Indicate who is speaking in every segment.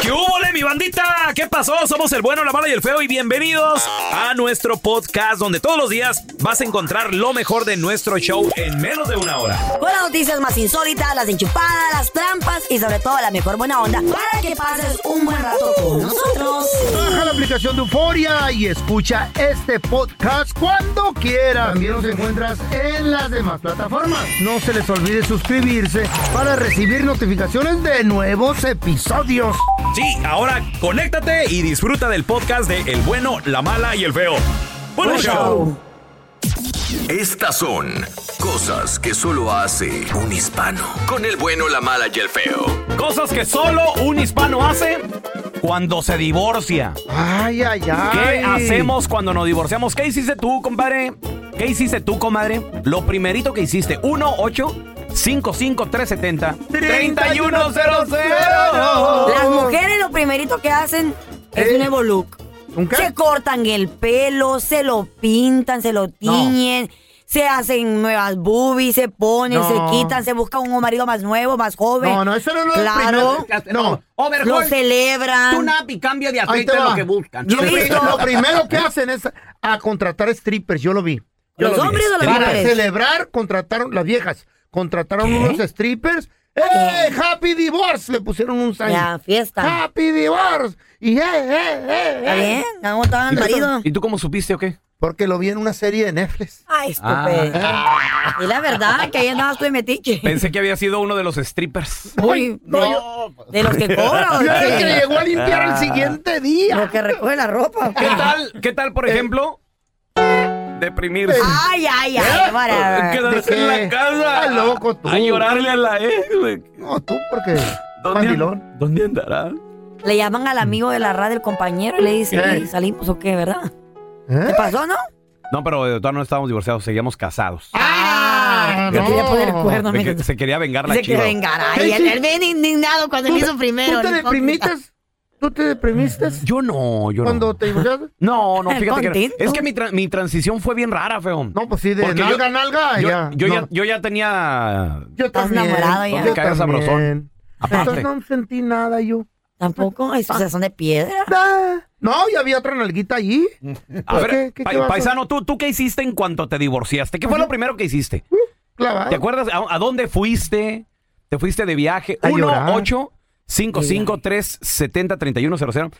Speaker 1: ¿Qué hubo, mi bandita? ¿Qué pasó? Somos el bueno, la mala y el feo y bienvenidos a nuestro podcast donde todos los días vas a encontrar lo mejor de nuestro show en menos de una hora.
Speaker 2: Con las noticias más insólitas, las enchupadas, las trampas y sobre todo la mejor buena onda para que pases un buen rato con nosotros.
Speaker 3: Baja la aplicación de Euforia y escucha este podcast cuando quieras. También nos encuentras en las demás plataformas. No se les olvide suscribirse para recibir notificaciones de nuevos episodios.
Speaker 1: Sí, ahora conéctate y disfruta del podcast de El bueno, la mala y el feo. Buen
Speaker 2: Buen
Speaker 1: show.
Speaker 2: show.
Speaker 4: Estas son cosas que solo hace un hispano. Con el bueno, la mala y el feo.
Speaker 1: Cosas que solo un hispano hace cuando se divorcia.
Speaker 3: Ay, ay, ay.
Speaker 1: ¿Qué hacemos cuando nos divorciamos? ¿Qué hiciste tú, compadre? ¿Qué hiciste tú, comadre? Lo primerito que hiciste, 1 8 55 370 3100
Speaker 2: Las mujeres lo primerito que hacen es un nuevo look.
Speaker 3: ¿Eh? ¿Un qué?
Speaker 2: Se cortan el pelo, se lo pintan, se lo tiñen. Se hacen nuevas boobies, se ponen,
Speaker 3: No.
Speaker 2: se quitan, se busca un marido más nuevo, más joven.
Speaker 3: No, no, eso no es lo
Speaker 2: Claro,
Speaker 3: primero. Este, No.
Speaker 2: lo celebran.
Speaker 1: y cambio de
Speaker 3: Ahí te va. Lo, pri- lo primero que hacen es a contratar strippers, yo lo vi. Yo
Speaker 2: ¿Los
Speaker 3: lo vi.
Speaker 2: hombres o las
Speaker 3: Para
Speaker 2: mujeres?
Speaker 3: celebrar, contrataron, las viejas, contrataron unos strippers. ¡Eh, happy divorce! Le pusieron un sign.
Speaker 2: La fiesta.
Speaker 3: ¡Happy divorce! Y eh, eh, eh,
Speaker 2: ¿Está
Speaker 3: eh.
Speaker 2: bien? ¿Cómo estaba el marido?
Speaker 1: ¿Y tú cómo supiste o qué?
Speaker 3: Porque lo vi en una serie de Netflix.
Speaker 2: Ay, estúpido.
Speaker 3: Ah.
Speaker 2: Y la verdad que ahí andabas tú de metiche.
Speaker 1: Pensé que había sido uno de los strippers.
Speaker 2: Uy,
Speaker 3: No.
Speaker 2: de los que cobran.
Speaker 3: Yo era el que llegó a limpiar el siguiente día.
Speaker 2: Lo que recoge la ropa.
Speaker 1: Ah. ¿Qué tal, qué tal
Speaker 3: Eh.
Speaker 1: por ejemplo, deprimirse?
Speaker 3: Ah,
Speaker 2: Ay, ay,
Speaker 3: ¿Eh?
Speaker 2: ay, para.
Speaker 1: Quedarse en la
Speaker 3: ¿Qué?
Speaker 1: casa.
Speaker 3: Ah, loco, tú.
Speaker 1: A llorarle a la ex.
Speaker 3: No, tú, porque...
Speaker 1: ¿Dónde,
Speaker 3: Mandilón.
Speaker 1: ¿Dónde andará?
Speaker 2: Le llaman al amigo de la radio, del compañero, y le dicen,
Speaker 3: Ey.
Speaker 2: "Ey, salimos o qué, ¿verdad?
Speaker 3: ¿Eh?
Speaker 2: ¿Te pasó, no?
Speaker 1: No, pero eh, todavía no estábamos divorciados, seguíamos casados.
Speaker 2: Ah, le quería poner el cuerno,
Speaker 1: Se,
Speaker 2: amigo.
Speaker 1: que- se quería vengar la
Speaker 2: Dice que
Speaker 1: chiva.
Speaker 2: vengará.
Speaker 3: ¿Qué
Speaker 2: Y él,
Speaker 3: hice?
Speaker 2: él bien indignado cuando él hizo primero.
Speaker 3: ¿Tú te
Speaker 2: el hipócrita.
Speaker 3: deprimiste? ¿Tú te deprimiste
Speaker 1: Yo no, yo
Speaker 3: cuando
Speaker 1: no.
Speaker 3: te divorciaste?
Speaker 1: No, no,
Speaker 2: El
Speaker 1: fíjate que
Speaker 2: contento.
Speaker 1: es que mi, tra- mi transición fue bien rara, feo.
Speaker 3: No, pues sí, de
Speaker 1: Porque
Speaker 3: nalga a nalga,
Speaker 1: yo,
Speaker 3: ya.
Speaker 1: yo
Speaker 3: no.
Speaker 1: ya, yo ya tenía
Speaker 3: Yo
Speaker 2: Estás
Speaker 3: también.
Speaker 2: enamorado ya.
Speaker 3: Yo
Speaker 1: Te caes
Speaker 3: también.
Speaker 1: sabrosón. Aparte.
Speaker 3: Pues Entonces no sentí nada yo.
Speaker 2: Tampoco, ay, o sea, son de piedra.
Speaker 3: Ah, No, ya había otra nalguita allí.
Speaker 1: A ver,
Speaker 3: ¿Qué- qué-
Speaker 1: pa-
Speaker 3: qué vas a-
Speaker 1: paisano, ¿tú, ¿tú qué hiciste en cuanto te divorciaste? ¿Qué fue lo primero que hiciste?
Speaker 3: Uh, Clavada.
Speaker 1: ¿Te acuerdas a, a dónde fuiste? ¿Te fuiste de viaje?
Speaker 3: A llorar.
Speaker 1: 1-8-553-70-3100.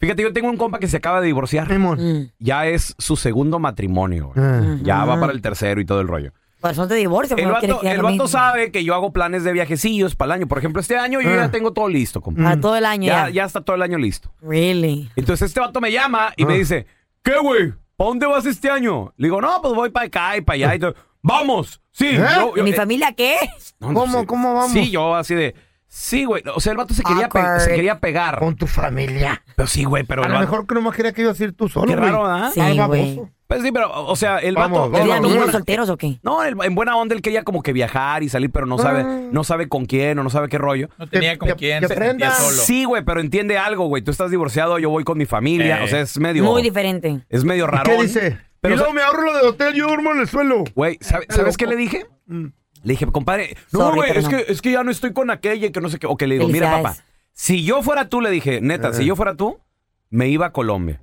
Speaker 1: Fíjate, yo tengo un compa que se acaba de divorciar.
Speaker 3: Simón.
Speaker 1: Ya es su segundo matrimonio. güey.
Speaker 3: Ah.
Speaker 1: Ya va para el tercero y todo el rollo.
Speaker 2: Por eso te divorcio,
Speaker 1: El
Speaker 2: porque no
Speaker 1: vato,
Speaker 2: quieres que haga
Speaker 1: el
Speaker 2: lo
Speaker 1: vato
Speaker 2: mismo.
Speaker 1: sabe que yo hago planes de viajecillos para el año. Por ejemplo, este año yo
Speaker 3: Ah.
Speaker 1: ya tengo todo listo. compa.
Speaker 2: Para todo el año
Speaker 1: Ya,
Speaker 2: ya.
Speaker 1: ya está todo el año listo.
Speaker 2: Really.
Speaker 1: Entonces este vato me llama
Speaker 3: Ah.
Speaker 1: y me dice, ¿qué, güey? ¿Para dónde vas este año? Le digo, no, pues voy para acá y para allá. Y todo. ¡Vamos! Sí. yo-
Speaker 2: ¿Y
Speaker 1: yo-
Speaker 2: mi
Speaker 1: eh,
Speaker 2: familia qué?
Speaker 1: no, no
Speaker 3: ¿Cómo,
Speaker 1: sé.
Speaker 3: cómo vamos?
Speaker 1: Sí, yo así de... Sí, güey. O sea, el vato se quería, pe-
Speaker 2: Awkward.
Speaker 1: se quería pegar.
Speaker 3: Con tu familia.
Speaker 1: Pero sí, güey, pero
Speaker 3: A
Speaker 1: el
Speaker 3: lo
Speaker 1: vato...
Speaker 3: mejor que nomás quería que ibas a ir tú solo.
Speaker 1: Qué
Speaker 3: güey.
Speaker 1: raro, ¿ah?
Speaker 2: Sí,
Speaker 3: Ay,
Speaker 2: güey.
Speaker 3: baboso.
Speaker 1: Pues sí, pero, o sea, el vato...
Speaker 3: Vamos, vamos,
Speaker 1: el
Speaker 2: ¿De
Speaker 1: vato-
Speaker 3: vamos.
Speaker 2: amigos
Speaker 3: buena-
Speaker 2: solteros o qué?
Speaker 1: No, el- en buena onda él quería como que viajar y salir, pero no sabe,
Speaker 3: Ah.
Speaker 1: no sabe con quién o no sabe qué rollo.
Speaker 5: No tenía con
Speaker 3: Que-
Speaker 5: quién,
Speaker 3: que
Speaker 5: se sentía
Speaker 3: aprendas.
Speaker 5: solo.
Speaker 1: Sí, güey, pero entiende algo, güey. Tú estás divorciado, yo voy con mi familia.
Speaker 5: Eh.
Speaker 1: O sea, es medio.
Speaker 2: Muy diferente.
Speaker 1: Es medio raro.
Speaker 3: ¿Qué dice?
Speaker 1: Pero,
Speaker 3: y luego me ahorro lo de hotel, yo duermo en el suelo.
Speaker 1: güey, ¿sabe- ¿sabes
Speaker 3: loco.
Speaker 1: qué le dije? Le dije, compadre, no,
Speaker 2: Sorry,
Speaker 1: güey,
Speaker 2: pero
Speaker 1: es
Speaker 2: no.
Speaker 1: que, es que ya no estoy con aquella y que no sé qué. O que le digo, mira, papá,
Speaker 2: Felicidades.
Speaker 1: si yo fuera
Speaker 3: Eh.
Speaker 1: tú, le dije, neta, si yo fuera tú, me iba a Colombia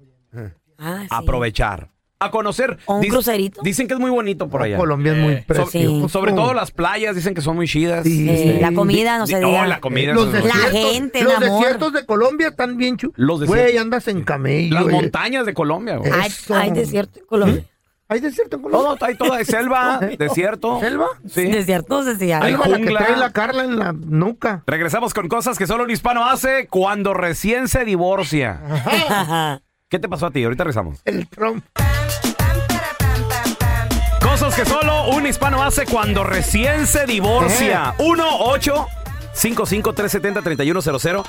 Speaker 2: Ah, sí.
Speaker 1: a aprovechar. a conocer.
Speaker 2: ¿Un
Speaker 1: Dic-
Speaker 2: crucerito?
Speaker 1: Dicen que es muy bonito por allá.
Speaker 3: Ah,
Speaker 1: Eh,
Speaker 3: Colombia es muy
Speaker 1: So-
Speaker 3: precioso.
Speaker 1: Sobre todo las playas, dicen que son muy chidas.
Speaker 3: Sí. Eh,
Speaker 2: Eh, la comida, no
Speaker 1: Di-
Speaker 2: se
Speaker 1: oh,
Speaker 2: diga.
Speaker 1: la comida.
Speaker 3: Los
Speaker 1: eso-
Speaker 2: desiertos.
Speaker 3: desiertos,
Speaker 2: gente,
Speaker 3: los
Speaker 2: mi amor.
Speaker 3: desiertos de Colombia están bien chulos.
Speaker 1: Los
Speaker 3: Güey,
Speaker 1: desiertos.
Speaker 3: andas en camello.
Speaker 1: las
Speaker 3: eh.
Speaker 1: montañas de Colombia, güey.
Speaker 2: Hay,
Speaker 3: Eso.
Speaker 2: hay desierto en Colombia.
Speaker 3: ¿Hay desierto en Colombia? ¿Eh?
Speaker 1: Todo, hay toda de selva, desierto.
Speaker 3: ¿Selva?
Speaker 1: Sí.
Speaker 2: Desiertos, decía.
Speaker 3: Ahí
Speaker 1: Hay
Speaker 3: va la que
Speaker 1: jungla.
Speaker 3: trae la Carla en la nuca.
Speaker 1: Regresamos con cosas que solo un hispano hace cuando recién se divorcia. ¿Qué te pasó a ti? Ahorita regresamos.
Speaker 3: El Trump.
Speaker 1: Cosas que solo un hispano hace cuando recién se divorcia.
Speaker 3: Eh.
Speaker 1: 1-8-55-370-3100.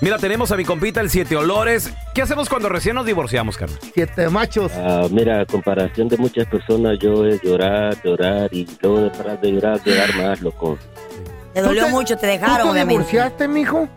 Speaker 1: Mira, tenemos a mi compita el Siete Olores. ¿Qué hacemos cuando recién nos divorciamos, carnal?
Speaker 3: Siete machos.
Speaker 5: Ah, mira, a comparación de muchas personas, yo es llorar, llorar y luego de parar de llorar, llorar más, loco.
Speaker 2: Te dolió
Speaker 3: ¿Tú te-
Speaker 2: mucho, te
Speaker 3: ¿Tú
Speaker 2: dejaron,
Speaker 3: te
Speaker 2: obviamente.
Speaker 3: divorciaste, mijo?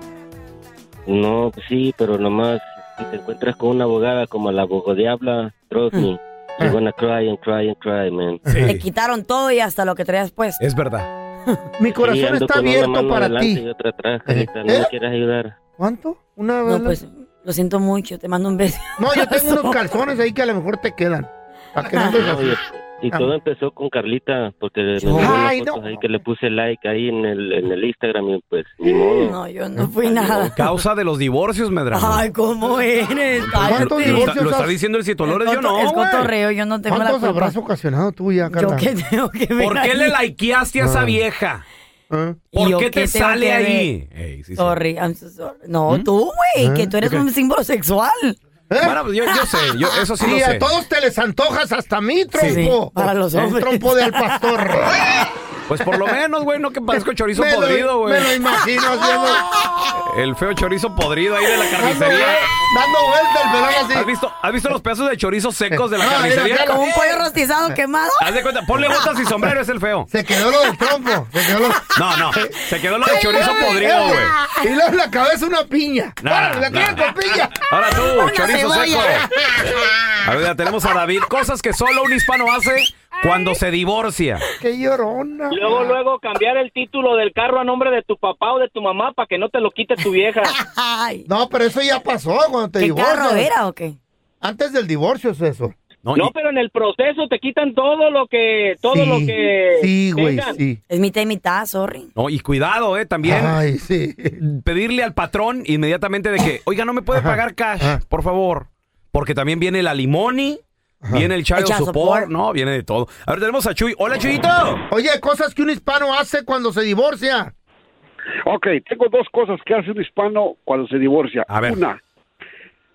Speaker 5: No, pues sí, pero nomás si te encuentras con una abogada como la abogodiabla, trust me,
Speaker 3: Ah.
Speaker 5: you're gonna cry and cry and cry, man.
Speaker 2: Te quitaron todo y hasta lo que traías pues. puesto.
Speaker 1: Es verdad.
Speaker 3: Eh, Mi
Speaker 5: Sí,
Speaker 3: corazón
Speaker 5: ando
Speaker 3: está
Speaker 5: con una
Speaker 3: abierto
Speaker 5: mano
Speaker 3: para
Speaker 5: adelante
Speaker 3: ti.
Speaker 5: Y otra atrás, carita, no
Speaker 3: ¿Eh?
Speaker 5: me quieras ayudar.
Speaker 3: ¿Cuánto? Una
Speaker 2: No, pues lo siento mucho, te mando un beso.
Speaker 3: No, yo tengo unos calzones ahí que a lo mejor te quedan. ¿Para que no te
Speaker 5: No, y, y
Speaker 3: Ah.
Speaker 5: todo empezó con Carlita, porque me mandó
Speaker 3: Ay,
Speaker 5: unas
Speaker 3: no.
Speaker 5: fotos ahí que le puse like ahí en el, en el Instagram y pues ni modo.
Speaker 2: No, yo no fui nada.
Speaker 1: Causa de los divorcios, Medrano.
Speaker 2: Ay, ¿cómo eres?
Speaker 3: ¿Cuántos
Speaker 1: Lo
Speaker 2: Cállate.
Speaker 3: divorcios
Speaker 1: está, lo está
Speaker 3: has-
Speaker 1: diciendo el Siete Olores, yo
Speaker 2: Es coto-
Speaker 1: no,
Speaker 2: Es
Speaker 1: güey.
Speaker 2: cotorreo, yo no tengo la
Speaker 3: ¿Cuántos
Speaker 2: culpa.
Speaker 3: habrás ocasionado tú ya,
Speaker 2: ¿Yo
Speaker 3: Carla?
Speaker 2: qué tengo que ver
Speaker 1: ¿Por qué
Speaker 2: ahí?
Speaker 1: le likeaste a esa
Speaker 3: Ah.
Speaker 1: vieja?
Speaker 3: ¿Eh?
Speaker 2: ¿Y
Speaker 1: ¿Por
Speaker 2: yo
Speaker 1: qué te
Speaker 2: tengo
Speaker 1: sale
Speaker 2: que ver?
Speaker 1: ahí? Ey, sí, ¿Mm? sí.
Speaker 2: Sorry, I'm so sorry. No, tú, güey,
Speaker 3: Ah.
Speaker 2: que tú eres un símbolo sexual.
Speaker 3: ¿Eh?
Speaker 1: Bueno, pues yo, yo sé, yo eso sí lo
Speaker 3: Sí, a
Speaker 1: sé.
Speaker 3: todos te les antojas, hasta a mí, trompo.
Speaker 2: Sí, para los
Speaker 3: El
Speaker 2: hombres.
Speaker 3: trompo del pastor.
Speaker 1: Pues por lo menos, güey, no que parezco chorizo
Speaker 3: me,
Speaker 1: podrido,
Speaker 3: lo, me lo
Speaker 1: güey.
Speaker 3: imagino haciendo.
Speaker 1: El feo chorizo podrido ahí de la
Speaker 3: Dando,
Speaker 1: carnicería.
Speaker 3: dando vuelta el pelón
Speaker 1: ¿Has
Speaker 3: así.
Speaker 1: visto, ¿Has visto los pedazos de chorizo secos de la
Speaker 3: Ah, mira,
Speaker 1: carnicería?
Speaker 3: claro.
Speaker 2: Como un pollo
Speaker 3: Eh.
Speaker 2: rostizado quemado.
Speaker 1: Haz de cuenta, ponle botas y sombrero, es el feo.
Speaker 3: Se quedó lo del trompo. Se quedó lo.
Speaker 1: No, no, se quedó lo de chorizo
Speaker 3: Ay,
Speaker 1: podrido,
Speaker 3: ay,
Speaker 1: güey.
Speaker 3: Y luego en la cabeza una piña.
Speaker 1: No,
Speaker 3: Ahora,
Speaker 1: no,
Speaker 3: la
Speaker 1: no,
Speaker 3: cara
Speaker 1: no.
Speaker 3: con piña.
Speaker 1: Ahora tú,
Speaker 2: Una
Speaker 1: Uh, chorizo seco.
Speaker 2: cebolla.
Speaker 1: A ver, ya tenemos a David. Cosas que solo un hispano hace cuando se divorcia.
Speaker 3: Qué llorona.
Speaker 6: Luego, luego cambiar el título del carro a nombre de tu papá o de tu mamá para que no te lo quite tu vieja.
Speaker 2: Ay,
Speaker 3: No, pero eso ya pasó cuando te
Speaker 2: ¿Qué carro
Speaker 3: divorcias.
Speaker 2: era o qué?
Speaker 3: Antes del divorcio es eso.
Speaker 1: No, y-
Speaker 6: No, pero en el proceso te quitan todo lo que todo
Speaker 3: sí,
Speaker 6: lo que
Speaker 3: Sí, güey,
Speaker 6: tengan.
Speaker 3: sí.
Speaker 2: Es mitad y mitad, sorry.
Speaker 1: no, y cuidado, eh, también.
Speaker 3: Ay, sí.
Speaker 1: pedirle al patrón inmediatamente de que, oiga, no me puede
Speaker 3: Ajá,
Speaker 1: pagar cash,
Speaker 3: ajá.
Speaker 1: por favor. Porque también viene la limoni, viene el child
Speaker 2: El child
Speaker 1: support,
Speaker 2: support.
Speaker 1: no, viene de todo. A ver, tenemos a Chuy. Hola, Chuyito.
Speaker 3: Oye, cosas que un hispano hace cuando se divorcia.
Speaker 5: Ok, tengo dos cosas que hace un hispano cuando se divorcia.
Speaker 1: A ver.
Speaker 5: Una,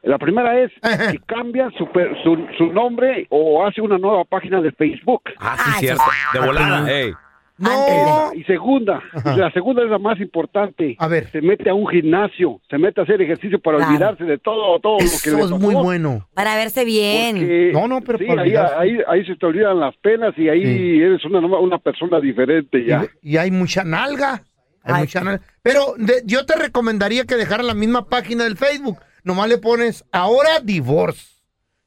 Speaker 5: la primera es que cambia su, per- su, su nombre o hace una nueva página de Facebook.
Speaker 1: Ah, sí,
Speaker 2: Ah,
Speaker 1: cierto. De volada. ey.
Speaker 3: No.
Speaker 5: Y segunda,
Speaker 3: Ajá.
Speaker 5: la segunda es la más importante.
Speaker 3: A ver.
Speaker 5: Se mete a un gimnasio, se mete a hacer ejercicio para
Speaker 2: Claro.
Speaker 5: olvidarse de todo, todo lo que
Speaker 3: Eso
Speaker 5: le
Speaker 3: es
Speaker 5: pasó.
Speaker 3: muy bueno.
Speaker 2: Para verse bien.
Speaker 5: Porque,
Speaker 3: No, no, pero
Speaker 5: sí,
Speaker 3: para
Speaker 5: ahí,
Speaker 3: olvidarse.
Speaker 5: ahí, ahí se te olvidan las penas y ahí
Speaker 3: Sí.
Speaker 5: eres una, nueva- una persona diferente ya.
Speaker 3: Y, y hay mucha nalga. Hay
Speaker 2: Ay.
Speaker 3: mucha nalga. Pero de- yo te recomendaría que dejara la misma página del Facebook. Nomás le pones ahora divorce.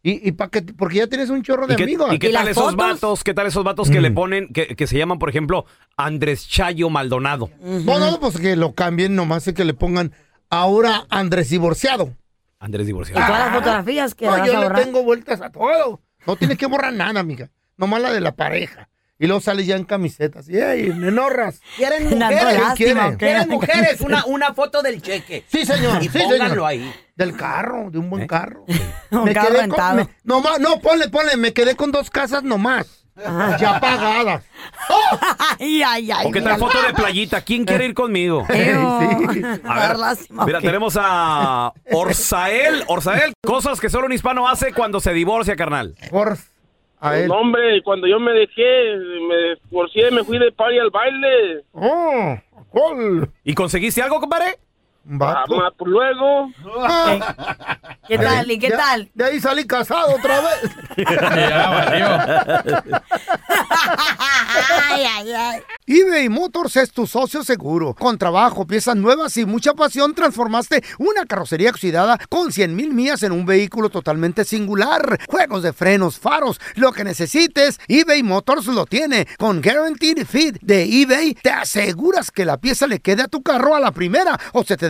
Speaker 3: Y, y pa' que, porque ya tienes un chorro de
Speaker 1: ¿Y qué,
Speaker 3: amigos.
Speaker 1: y qué
Speaker 2: ¿Y
Speaker 1: tal
Speaker 2: las
Speaker 1: esos
Speaker 2: fotos?
Speaker 1: vatos? ¿Qué tal esos vatos
Speaker 3: Mm.
Speaker 1: que le ponen, que, que se llaman, por ejemplo, Andrés Chayo Maldonado?
Speaker 3: No, no, pues que lo cambien nomás y que le pongan ahora Andrés divorciado.
Speaker 1: Andrés
Speaker 2: Y
Speaker 1: divorciado.
Speaker 3: Ah.
Speaker 2: todas las fotografías que
Speaker 3: No,
Speaker 2: vas
Speaker 3: yo
Speaker 2: a
Speaker 3: le
Speaker 2: borrar.
Speaker 3: tengo vueltas a todo. No tienes que borrar nada, amiga. Nomás la de la pareja. Y luego sales ya en camisetas. Y ey, nenorras. ¿Quieren
Speaker 2: Dando lástima, ¿o qué?
Speaker 6: una, una foto del cheque.
Speaker 3: Sí, señor. sí, señor.
Speaker 6: ahí.
Speaker 3: Del carro, de un buen carro.
Speaker 2: ¿Eh? Un carro
Speaker 3: quedé
Speaker 2: rentado.
Speaker 3: Con, me- nomás- no, ponle, ponle. Me quedé con dos casas nomás.
Speaker 2: Ah.
Speaker 3: Ya pagadas.
Speaker 2: Ay, ay, ay.
Speaker 1: ¿O qué tal
Speaker 2: mira.
Speaker 1: foto de playita? ¿Quién quiere ir conmigo?
Speaker 2: Ew.
Speaker 3: Sí.
Speaker 1: A
Speaker 2: Dar
Speaker 1: ver,
Speaker 2: lástima,
Speaker 1: mira,
Speaker 2: ok.
Speaker 1: tenemos a Orsael. Orsael, cosas que solo un hispano hace cuando se divorcia, carnal.
Speaker 3: Por a él.
Speaker 6: No, hombre, cuando yo me dejé, me divorcié, me fui de party al baile.
Speaker 3: Oh, gol.
Speaker 1: ¿Y conseguiste algo, compadre?
Speaker 3: Un vato.
Speaker 6: Ah, pues luego.
Speaker 2: ¿Qué tal? ¿Y qué
Speaker 3: Ah. Ya-
Speaker 2: tal?
Speaker 3: De ahí salí casado otra vez.
Speaker 2: Ay, ay, ay.
Speaker 3: eBay Motors es tu socio seguro. Con trabajo, piezas nuevas y mucha pasión, transformaste una carrocería oxidada con 100 mil millas en un vehículo totalmente singular. Juegos de frenos, faros, lo que necesites, eBay Motors lo tiene. Con Guaranteed Fit de eBay, te aseguras que la pieza le quede a tu carro a la primera o se te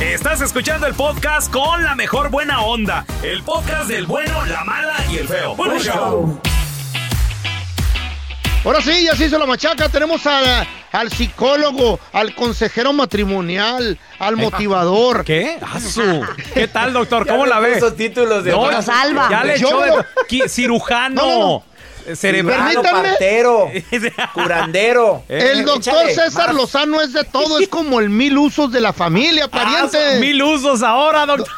Speaker 1: Estás escuchando el podcast con la mejor buena onda. El podcast del bueno, la mala y el feo. Bueno, show.
Speaker 3: Ahora sí, ya se hizo la machaca. Tenemos a- al psicólogo, al consejero matrimonial, al motivador.
Speaker 1: ¿Qué? Asu. ¿Qué tal, doctor? ¿Cómo
Speaker 3: Ya
Speaker 1: la
Speaker 3: le
Speaker 1: ves?
Speaker 3: puso títulos de- No, salva.
Speaker 1: Ya le
Speaker 3: Yo
Speaker 1: echó de-
Speaker 3: no.
Speaker 1: qui- cirujano.
Speaker 3: No, no,
Speaker 1: eh, Cerebral.
Speaker 3: Permítanme.
Speaker 1: Partero. curandero.
Speaker 7: Eh,
Speaker 3: El doctor César Lozano es de todo, es como el mil usos de la familia, pariente.
Speaker 1: Ah, mil usos ahora, doctor.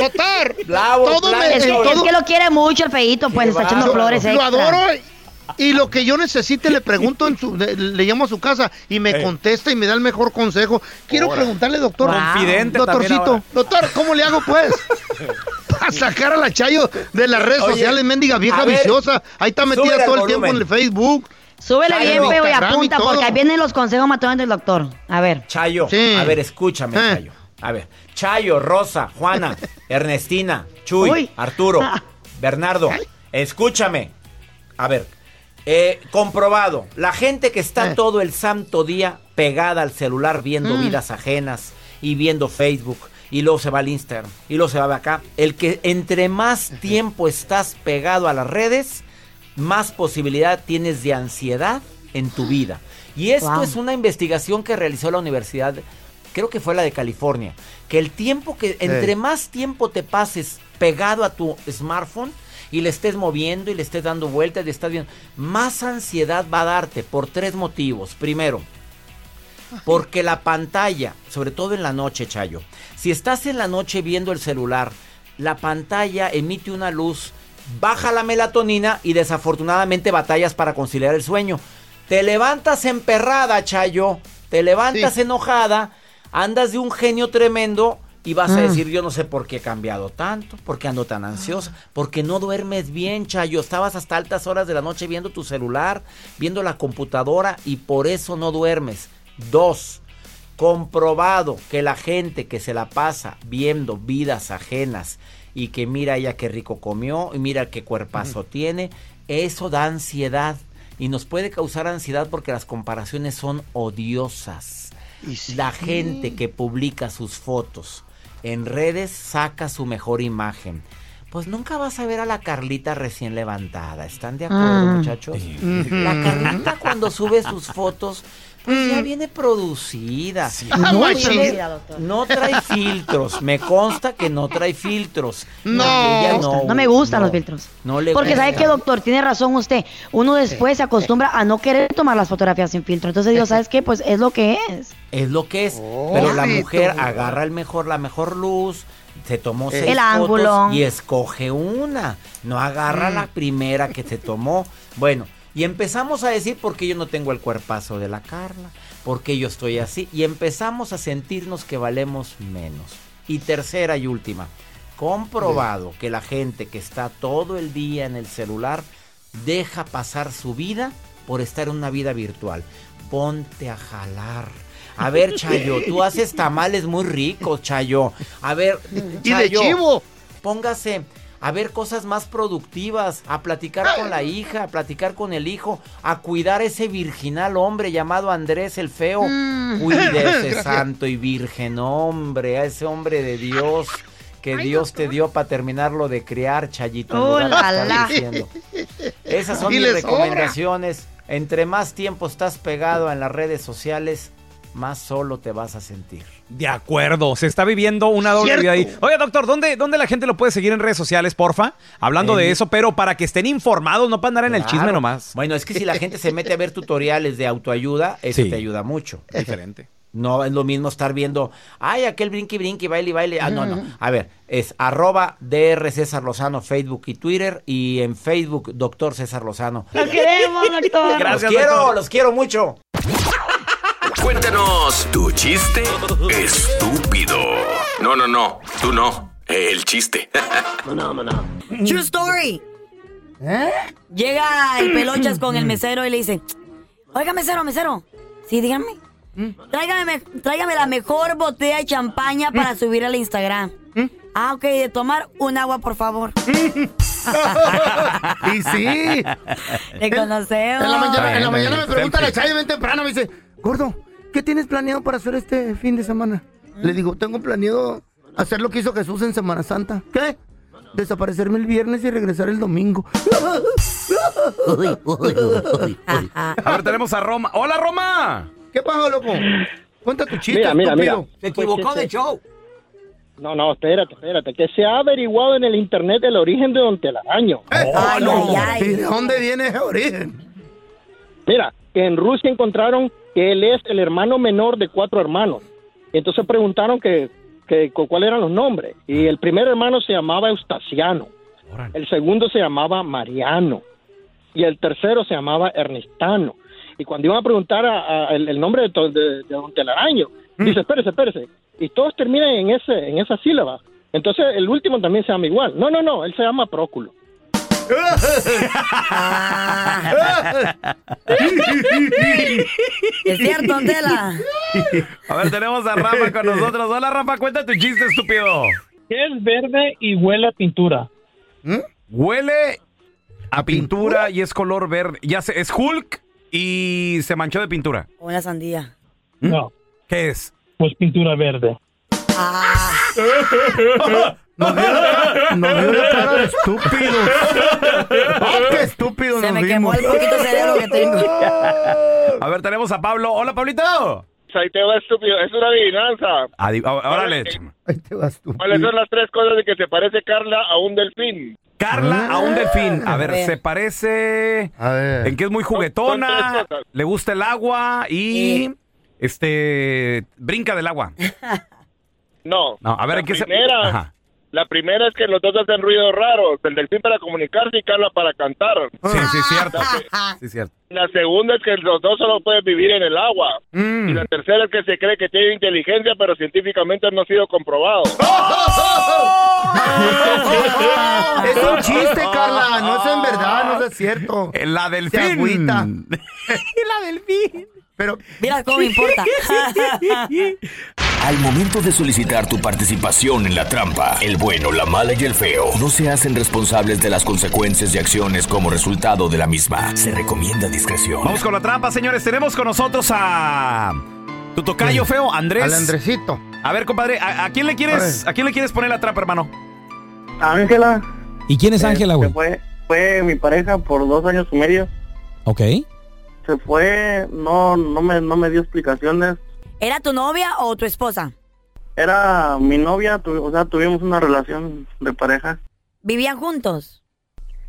Speaker 3: Doctor, todo me-
Speaker 2: es, que,
Speaker 3: en
Speaker 2: es
Speaker 3: todo-
Speaker 2: que lo quiere mucho el feíto, pues le está echando
Speaker 3: Yo
Speaker 2: flores.
Speaker 3: Lo
Speaker 2: extra.
Speaker 3: adoro y lo que yo necesite le pregunto en su, le, le llamo a su casa y me
Speaker 1: Eh.
Speaker 3: contesta y me da el mejor consejo. Quiero
Speaker 1: Ahora.
Speaker 3: preguntarle, doctor.
Speaker 1: Wow. Confidente también ahora.
Speaker 3: Doctorcito, doctor, ¿cómo le hago pues? Para sacar a la Chayo de las redes
Speaker 7: Oye,
Speaker 3: sociales, mendiga vieja
Speaker 7: a ver,
Speaker 3: viciosa. Ahí está metida
Speaker 7: súbele
Speaker 3: todo
Speaker 7: al
Speaker 3: el tiempo en
Speaker 7: volumen.
Speaker 3: el Facebook.
Speaker 2: Súbele
Speaker 7: Chayo.
Speaker 2: bien, feo, y
Speaker 7: Instagram y
Speaker 2: apunta,
Speaker 7: todo.
Speaker 2: porque ahí vienen los consejos matones del doctor. A ver.
Speaker 7: Chayo,
Speaker 2: Sí.
Speaker 7: a ver, escúchame,
Speaker 2: Eh.
Speaker 7: Chayo. A ver, Chayo, Rosa, Juana, Ernestina, Chuy,
Speaker 2: Uy.
Speaker 7: Arturo, Bernardo, escúchame. A ver, eh, comprobado, la gente que está todo el santo día pegada al celular viendo vidas ajenas y viendo Facebook. Y luego se va al Instagram, y luego se va acá. El que entre más tiempo estás pegado a las redes, más posibilidad tienes de ansiedad en tu vida. Y esto
Speaker 8: Wow.
Speaker 7: es una investigación que realizó la universidad, creo que fue la de California, que el tiempo que entre
Speaker 8: Ey.
Speaker 7: más tiempo te pases pegado a tu smartphone y le estés moviendo y le estés dando vueltas, y le estás viendo, más ansiedad va a darte por tres motivos. Primero, porque la pantalla, sobre todo en la noche, Chayo, si estás en la noche viendo el celular, la pantalla emite una luz, baja la melatonina y desafortunadamente batallas para conciliar el sueño. Te levantas emperrada, Chayo, te levantas enojada, andas de un genio tremendo y vas a
Speaker 8: Mm.
Speaker 7: decir, yo no sé por qué he cambiado tanto, por qué ando tan ansiosa, porque no duermes bien, Chayo. Estabas hasta altas horas de la noche viendo tu celular, viendo la computadora y por eso no duermes. Dos, comprobado que la gente que se la pasa viendo vidas ajenas y que mira ella qué rico comió y mira qué cuerpazo tiene, eso da ansiedad y nos puede causar ansiedad porque las comparaciones son odiosas. La gente que publica sus fotos en redes saca su mejor imagen. Pues nunca vas a ver a la Carlita recién levantada. ¿Están de acuerdo,
Speaker 8: Ah.
Speaker 7: muchachos? La Carlita cuando sube sus fotos, pues
Speaker 2: Mm.
Speaker 7: ya viene producida.
Speaker 8: No,
Speaker 7: No,
Speaker 8: sí.
Speaker 7: tiene- no trae filtros. Me consta que no trae filtros.
Speaker 2: No.
Speaker 7: Ella
Speaker 2: No me gustan los filtros.
Speaker 7: No le
Speaker 2: Porque sabe
Speaker 7: gusta.
Speaker 2: que, doctor, tiene razón usted. Uno después se acostumbra a no querer tomar las fotografías sin filtro. Entonces digo, ¿sabes qué? Pues es lo que es.
Speaker 7: Es lo que es.
Speaker 2: Oh.
Speaker 7: pero la
Speaker 2: Correcto.
Speaker 7: mujer agarra el mejor, la mejor luz, se tomó seis
Speaker 2: Eh. El
Speaker 7: fotos
Speaker 2: ángulo.
Speaker 7: y escoge una. No agarra
Speaker 8: Mm.
Speaker 7: la primera que se tomó. Bueno, y empezamos a decir por qué yo no tengo el cuerpazo de la Carla, por qué yo estoy así. Y empezamos a sentirnos que valemos menos. Y tercera y última, comprobado que la gente que está todo el día en el celular deja pasar su vida por estar en una vida virtual. Ponte a jalar. A ver, Chayo, tú haces tamales muy ricos, Chayo. A ver,
Speaker 3: Y de chivo.
Speaker 7: Póngase a ver cosas más productivas, a platicar con la hija, a platicar con el hijo, a cuidar ese virginal hombre llamado Andrés el Feo.
Speaker 8: Mm.
Speaker 7: Cuide ese
Speaker 8: Gracias.
Speaker 7: santo y virgen hombre, a ese hombre de Dios que Dios te dio para terminarlo de crear, Chayito. en
Speaker 2: ¡Oh,
Speaker 7: lugar de
Speaker 2: la,
Speaker 7: estar
Speaker 2: la!
Speaker 7: diciendo. Esas son
Speaker 2: Y
Speaker 7: mis
Speaker 2: les sobra.
Speaker 7: recomendaciones. Entre más tiempo estás pegado en las redes sociales, más solo te vas a sentir.
Speaker 1: De acuerdo, se está viviendo una doble
Speaker 8: Cierto.
Speaker 1: vida ahí. Oiga, doctor, ¿dónde, ¿dónde la gente lo puede seguir en redes sociales, porfa? Hablando
Speaker 7: En-
Speaker 1: de eso, pero para que estén informados, no para andar en el chisme
Speaker 7: Claro.
Speaker 1: nomás.
Speaker 7: Bueno, es que si la gente se mete a ver tutoriales de autoayuda, eso
Speaker 1: Sí.
Speaker 7: te ayuda mucho.
Speaker 1: Diferente.
Speaker 7: No es lo mismo estar viendo, ay, aquel brinqui, brinqui, baile, y baile. Ah, no, no. A ver, es arroba DR César Lozano, Facebook y Twitter, y en Facebook, doctor César Lozano.
Speaker 9: Nos queremos, doctor.
Speaker 7: los quiero, los quiero mucho.
Speaker 4: Cuéntanos tu chiste estúpido. No, no, no. Tú no. El chiste. no, no, no.
Speaker 2: True story. Llega el pelochas con el mesero y le dice, oiga mesero, mesero, sí, dígame, tráigame, me- tráigame la mejor botella de champaña para subir al Instagram. Ah, ok, de tomar un agua, por favor.
Speaker 3: Y sí.
Speaker 2: Te conocemos.
Speaker 3: En la mañana, en la
Speaker 2: Está bien,
Speaker 3: mañana me
Speaker 2: está
Speaker 3: pregunta la
Speaker 2: bien.
Speaker 3: Chayo bien temprano, me dice, gordo, ¿qué tienes planeado para hacer este fin de semana? Le digo, tengo planeado hacer lo que hizo Jesús en Semana Santa. ¿Qué? Desaparecerme el viernes y regresar el domingo.
Speaker 1: A ver, tenemos a Roma. ¡Hola, Roma!
Speaker 3: ¿Qué pasó, loco? Cuenta tu chiste,
Speaker 10: Mira, mira,
Speaker 3: estúpido.
Speaker 10: mira. Se equivocó de show. No, no, espérate, espérate. Que se ha averiguado en el internet el origen de Don Telaraño.
Speaker 6: Oh.
Speaker 3: Ah, no. ¿Y de dónde viene ese origen?
Speaker 10: Mira, que en Rusia encontraron que él es el hermano menor de cuatro hermanos. Entonces preguntaron que, que cu- cuáles eran los nombres. Y el primer hermano se llamaba Eustaciano. El segundo se llamaba Mariano. Y el tercero se llamaba Ernestano. Y cuando iban a preguntar a- a el, el nombre de, to- de- de Don Telaraño, dice, espérese, espérese. Y todos terminan en, ese, en esa sílaba. Entonces el último también se llama igual. No, no, no, él se llama Próculo.
Speaker 2: Es cierto, Antela.
Speaker 1: A ver, tenemos a Rafa con nosotros. Hola, Rafa, cuenta tu chiste, estúpido.
Speaker 11: que es verde y huele a pintura.
Speaker 1: ¿Mm? Huele a pintura y es color verde. Ya sé, es Hulk y se manchó de pintura. ¿Mm?
Speaker 2: Una sandía.
Speaker 11: No.
Speaker 1: ¿Qué es?
Speaker 11: Pues pintura verde.
Speaker 3: Nos dio la cara de estúpido. Ah, qué estúpido Se me quemó el poquito cerebro que tengo.
Speaker 1: A ver, tenemos a Pablo. Hola, Pablito.
Speaker 12: Ahí te va, estúpido. Es una adivinanza.
Speaker 1: Adi- ó- Órale.
Speaker 12: ¿Cuáles son las tres cosas de que se parece Carla a un delfín?
Speaker 1: Carla a un delfín. A ver, se parece. En que es muy
Speaker 12: Son tres
Speaker 1: juguetona.
Speaker 12: cosas.
Speaker 1: Le gusta el agua y. Este. Brinca del agua.
Speaker 12: No.
Speaker 1: No, a ver,
Speaker 12: la
Speaker 1: ¿en qué se-
Speaker 12: primera,
Speaker 1: Ajá.
Speaker 12: La primera es que los dos hacen ruidos raros. El delfín para comunicarse y Carla para cantar.
Speaker 1: Sí, sí, cierto.
Speaker 13: Ah.
Speaker 1: Sí, cierto.
Speaker 12: La segunda es que los dos solo pueden vivir en el agua.
Speaker 1: Mm.
Speaker 12: Y la tercera es que se cree que tiene inteligencia, pero científicamente no ha sido comprobado.
Speaker 3: Es un chiste, Carla. No es en verdad, no es cierto.
Speaker 1: La delfín.
Speaker 3: agüita.
Speaker 2: la del fin.
Speaker 3: Pero.
Speaker 2: Mira cómo me importa.
Speaker 4: Al momento de solicitar tu participación en la trampa, el bueno, la mala y el feo no se hacen responsables de las consecuencias y acciones como resultado de la misma. Se recomienda discreción.
Speaker 1: Vamos con la trampa, señores. Tenemos con nosotros a. Tu tocayo feo, Andrés.
Speaker 4: Al
Speaker 3: Andresito.
Speaker 1: A ver, compadre, ¿a, a quién le quieres, a, quién le quieres poner la trampa, hermano?
Speaker 13: Ángela.
Speaker 14: ¿Y quién es
Speaker 13: Eh,
Speaker 14: Ángela, güey?
Speaker 13: Fue, fue mi pareja por dos años y medio.
Speaker 14: Ok.
Speaker 13: Se fue, no, no me, no me dio explicaciones.
Speaker 2: ¿Era tu novia o tu esposa?
Speaker 13: Era mi novia, tu- o sea, tuvimos una relación de pareja.
Speaker 2: ¿Vivían juntos?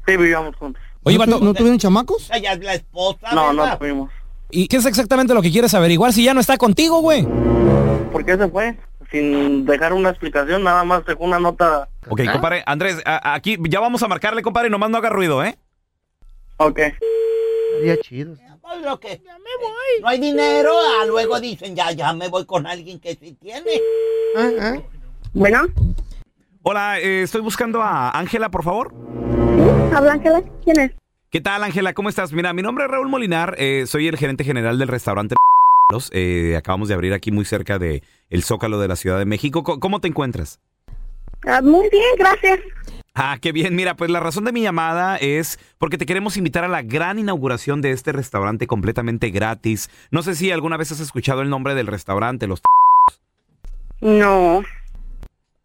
Speaker 13: Sí, vivíamos juntos.
Speaker 14: Oye, vato,
Speaker 13: ¿No tuvieron
Speaker 14: chamacos?
Speaker 13: Ella es la esposa. No, no tuvimos.
Speaker 14: ¿Y qué es exactamente lo que quieres averiguar si ya no está contigo, güey?
Speaker 13: ¿Por qué se fue? Sin dejar una explicación, nada más dejó una nota.
Speaker 1: Ok,
Speaker 15: ¿Ah?
Speaker 1: compadre, Andrés, a- aquí ya vamos a marcarle, compadre, nomás no haga ruido, ¿eh?
Speaker 13: Ok.
Speaker 3: Sería chido.
Speaker 16: Lo que, ya me voy. No hay dinero, ah, luego dicen, ya, ya me voy con alguien que sí tiene.
Speaker 13: Bueno.
Speaker 1: Hola, eh, estoy buscando a Ángela, por favor.
Speaker 15: Habla Ángela, ¿quién es?
Speaker 1: ¿Qué tal, Ángela? ¿Cómo estás? Mira, mi nombre es Raúl Molinar, eh, soy el gerente general del restaurante. Los, eh, acabamos de abrir aquí muy cerca de el Zócalo de la Ciudad de México. Co- ¿Cómo te encuentras?
Speaker 15: Ah, muy bien, gracias.
Speaker 1: Ah, qué bien. Mira, pues la razón de mi llamada es porque te queremos invitar a la gran inauguración de este restaurante completamente gratis. No sé si alguna vez has escuchado el nombre del restaurante, los...
Speaker 15: No.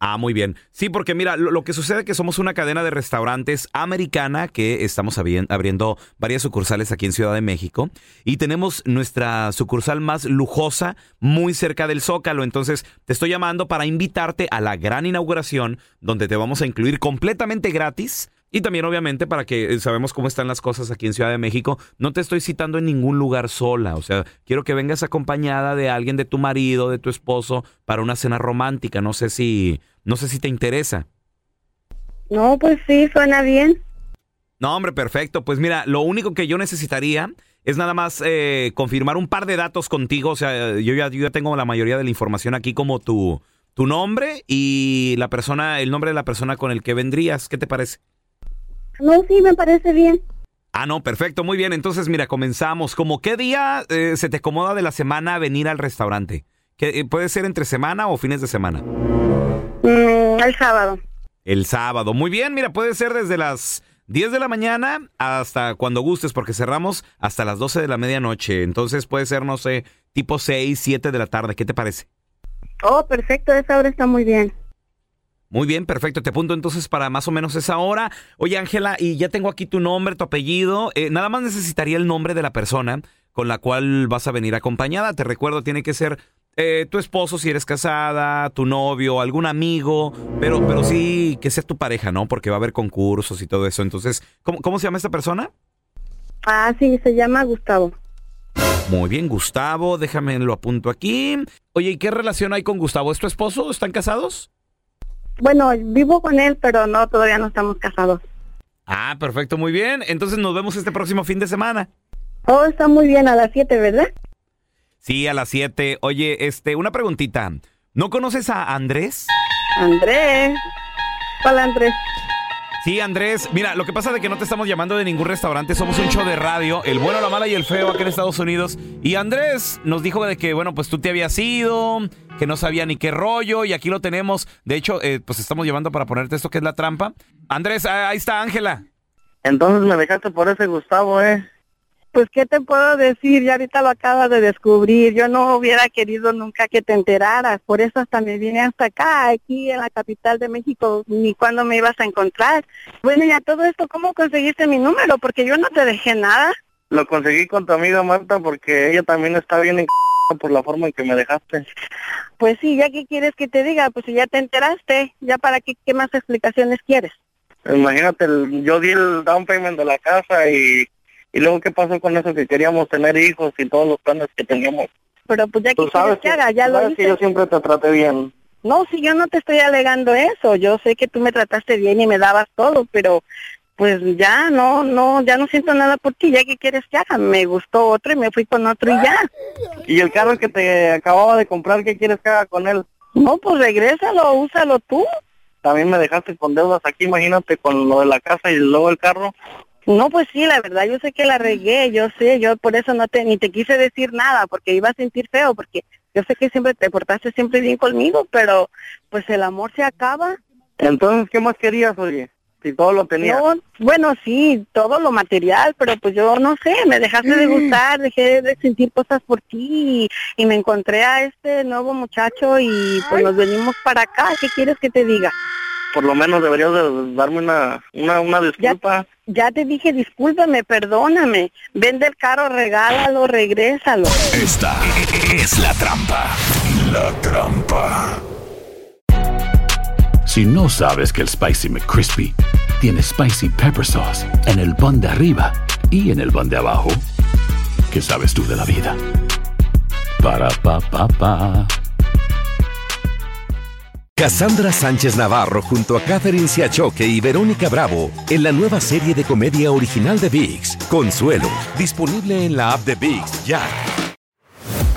Speaker 1: Ah, muy bien. Sí, porque mira, lo, lo que sucede es que somos una cadena de restaurantes americana que estamos abri- abriendo varias sucursales aquí en Ciudad de México y tenemos nuestra sucursal más lujosa muy cerca del Zócalo. Entonces, te estoy llamando para invitarte a la gran inauguración donde te vamos a incluir completamente gratis. Y también, obviamente, para que eh, sabemos cómo están las cosas aquí en Ciudad de México, no te estoy citando en ningún lugar sola. O sea, quiero que vengas acompañada de alguien de tu marido, de tu esposo, para una cena romántica. No sé si, no sé si te interesa.
Speaker 15: No, pues sí, suena bien.
Speaker 1: No, hombre, perfecto. Pues mira, lo único que yo necesitaría es nada más eh, confirmar un par de datos contigo. O sea, yo ya, yo ya tengo la mayoría de la información aquí, como tu, tu nombre y la persona, el nombre de la persona con el que vendrías. ¿Qué te parece?
Speaker 15: No, sí, me parece bien.
Speaker 1: Ah, no, perfecto, muy bien. Entonces, mira, comenzamos. ¿Cómo qué día eh, se te acomoda de la semana venir al restaurante? ¿Qué, eh, ¿Puede ser entre semana o fines de semana?
Speaker 15: Mm, el sábado.
Speaker 1: El sábado. Muy bien, mira, puede ser desde las 10 de la mañana hasta cuando gustes, porque cerramos hasta las 12 de la medianoche. Entonces puede ser, no sé, tipo 6, 7 de la tarde. ¿Qué te parece?
Speaker 15: Oh, perfecto, esa hora está muy bien.
Speaker 1: Muy bien, perfecto. Te apunto entonces para más o menos esa hora. Oye, Ángela, y ya tengo aquí tu nombre, tu apellido. Eh, nada más necesitaría el nombre de la persona con la cual vas a venir acompañada. Te recuerdo, tiene que ser eh, tu esposo si eres casada, tu novio, algún amigo, pero, pero sí que sea tu pareja, ¿no? Porque va a haber concursos y todo eso. Entonces, ¿cómo, cómo se llama esta persona?
Speaker 15: Ah, sí, se llama Gustavo.
Speaker 1: Muy bien, Gustavo, déjame lo apunto aquí. Oye, ¿y qué relación hay con Gustavo? ¿Es tu esposo? ¿Están casados?
Speaker 15: Bueno, vivo con él, pero no, todavía no estamos casados.
Speaker 1: Ah, perfecto, muy bien. Entonces nos vemos este próximo fin de semana.
Speaker 15: Oh, está muy bien a las 7, ¿verdad?
Speaker 1: Sí, a las 7. Oye, este, una preguntita. ¿No conoces a Andrés?
Speaker 15: Andrés. Hola, Andrés.
Speaker 1: Sí, Andrés. Mira, lo que pasa es que no te estamos llamando de ningún restaurante. Somos un show de radio, el bueno, la mala y el feo acá en Estados Unidos. Y Andrés nos dijo de que, bueno, pues tú te habías ido, que no sabía ni qué rollo. Y aquí lo tenemos. De hecho, eh, pues estamos llevando para ponerte esto que es la trampa. Andrés, ah, ahí está Ángela.
Speaker 13: Entonces me dejaste por ese Gustavo, ¿eh?
Speaker 15: Pues, ¿qué te puedo decir? Ya ahorita lo acabas de descubrir. Yo no hubiera querido nunca que te enteraras. Por eso hasta me vine hasta acá, aquí en la capital de México, ni cuándo me ibas a encontrar. Bueno, y a todo esto, ¿cómo conseguiste mi número? Porque yo no te dejé nada.
Speaker 13: Lo conseguí con tu amiga Marta porque ella también está bien en por la forma en que me dejaste.
Speaker 15: Pues sí, ¿ya qué quieres que te diga? Pues si ya te enteraste, ¿ya para qué, qué más explicaciones quieres?
Speaker 13: Imagínate, el- yo di el down payment de la casa y, y luego qué pasó con eso que queríamos tener hijos y todos los planes que teníamos.
Speaker 15: Pero pues ya qué
Speaker 13: Tú sabes
Speaker 15: quieres que haga, ya
Speaker 13: tú
Speaker 15: lo
Speaker 13: sabes que
Speaker 15: hice.
Speaker 13: yo siempre te traté bien.
Speaker 15: No, si yo no te estoy alegando eso, yo sé que tú me trataste bien y me dabas todo, pero pues ya no, no, ya no siento nada por ti, ya que quieres que haga, me gustó otro y me fui con otro y ya.
Speaker 13: Y el carro que te acababa de comprar, ¿qué quieres que haga con él?
Speaker 15: No, pues regrésalo, úsalo tú.
Speaker 13: También me dejaste con deudas aquí, imagínate, con lo de la casa y luego el carro.
Speaker 15: No, pues sí, la verdad, yo sé que la regué, yo sé, yo por eso no te, ni te quise decir nada, porque iba a sentir feo, porque yo sé que siempre te portaste siempre bien conmigo, pero pues el amor se acaba.
Speaker 13: Entonces, ¿qué más querías, oye? Si todo lo tenías.
Speaker 15: No, bueno, sí, todo lo material, pero pues yo no sé, me dejaste de gustar, dejé de sentir cosas por ti y, y me encontré a este nuevo muchacho y pues nos venimos para acá. ¿Qué quieres que te diga?
Speaker 13: Por lo menos deberías de darme una, una, una disculpa.
Speaker 15: Ya te dije, discúlpame, perdóname. Vende el carro, regálalo, regrésalo.
Speaker 4: Esta es la trampa. La trampa.
Speaker 17: Si no sabes que el Spicy McCrispy tiene Spicy Pepper Sauce en el pan de arriba y en el pan de abajo, ¿qué sabes tú de la vida? Para, pa, pa, pa.
Speaker 8: Cassandra Sánchez Navarro junto a Catherine Siachoque y Verónica Bravo en la nueva serie de comedia original de VIX, Consuelo, disponible en la app de VIX ya.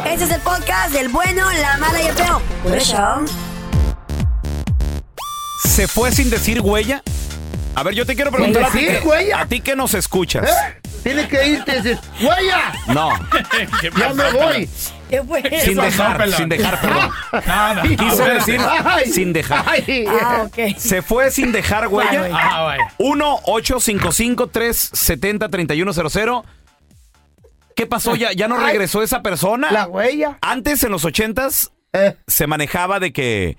Speaker 2: Este es el podcast del bueno, la mala y el feo. Por eso.
Speaker 1: ¿Se fue sin decir huella? A ver, yo te quiero preguntar a ti,
Speaker 3: ¿Decir
Speaker 1: que-
Speaker 3: huella?
Speaker 1: a ti que nos escuchas.
Speaker 3: Tienes ¿Eh? que irte y decir, ¡Huella!
Speaker 1: No.
Speaker 3: ¡Ya me voy!
Speaker 2: ¿Qué fue?
Speaker 1: Sin dejar, sin dejar, perdón. Nada. Quise
Speaker 3: Ay.
Speaker 1: decir
Speaker 3: Ay.
Speaker 1: sin dejar.
Speaker 3: Ay. Ah, ok.
Speaker 1: Se fue sin dejar huella.
Speaker 3: Ay, güey. Ah, vaya.
Speaker 1: 1-855-370-3100. ¿Qué pasó? ¿Ya, ¿Ya no regresó esa persona?
Speaker 3: La huella. Eh.
Speaker 1: Antes, en los ochentas, se manejaba de que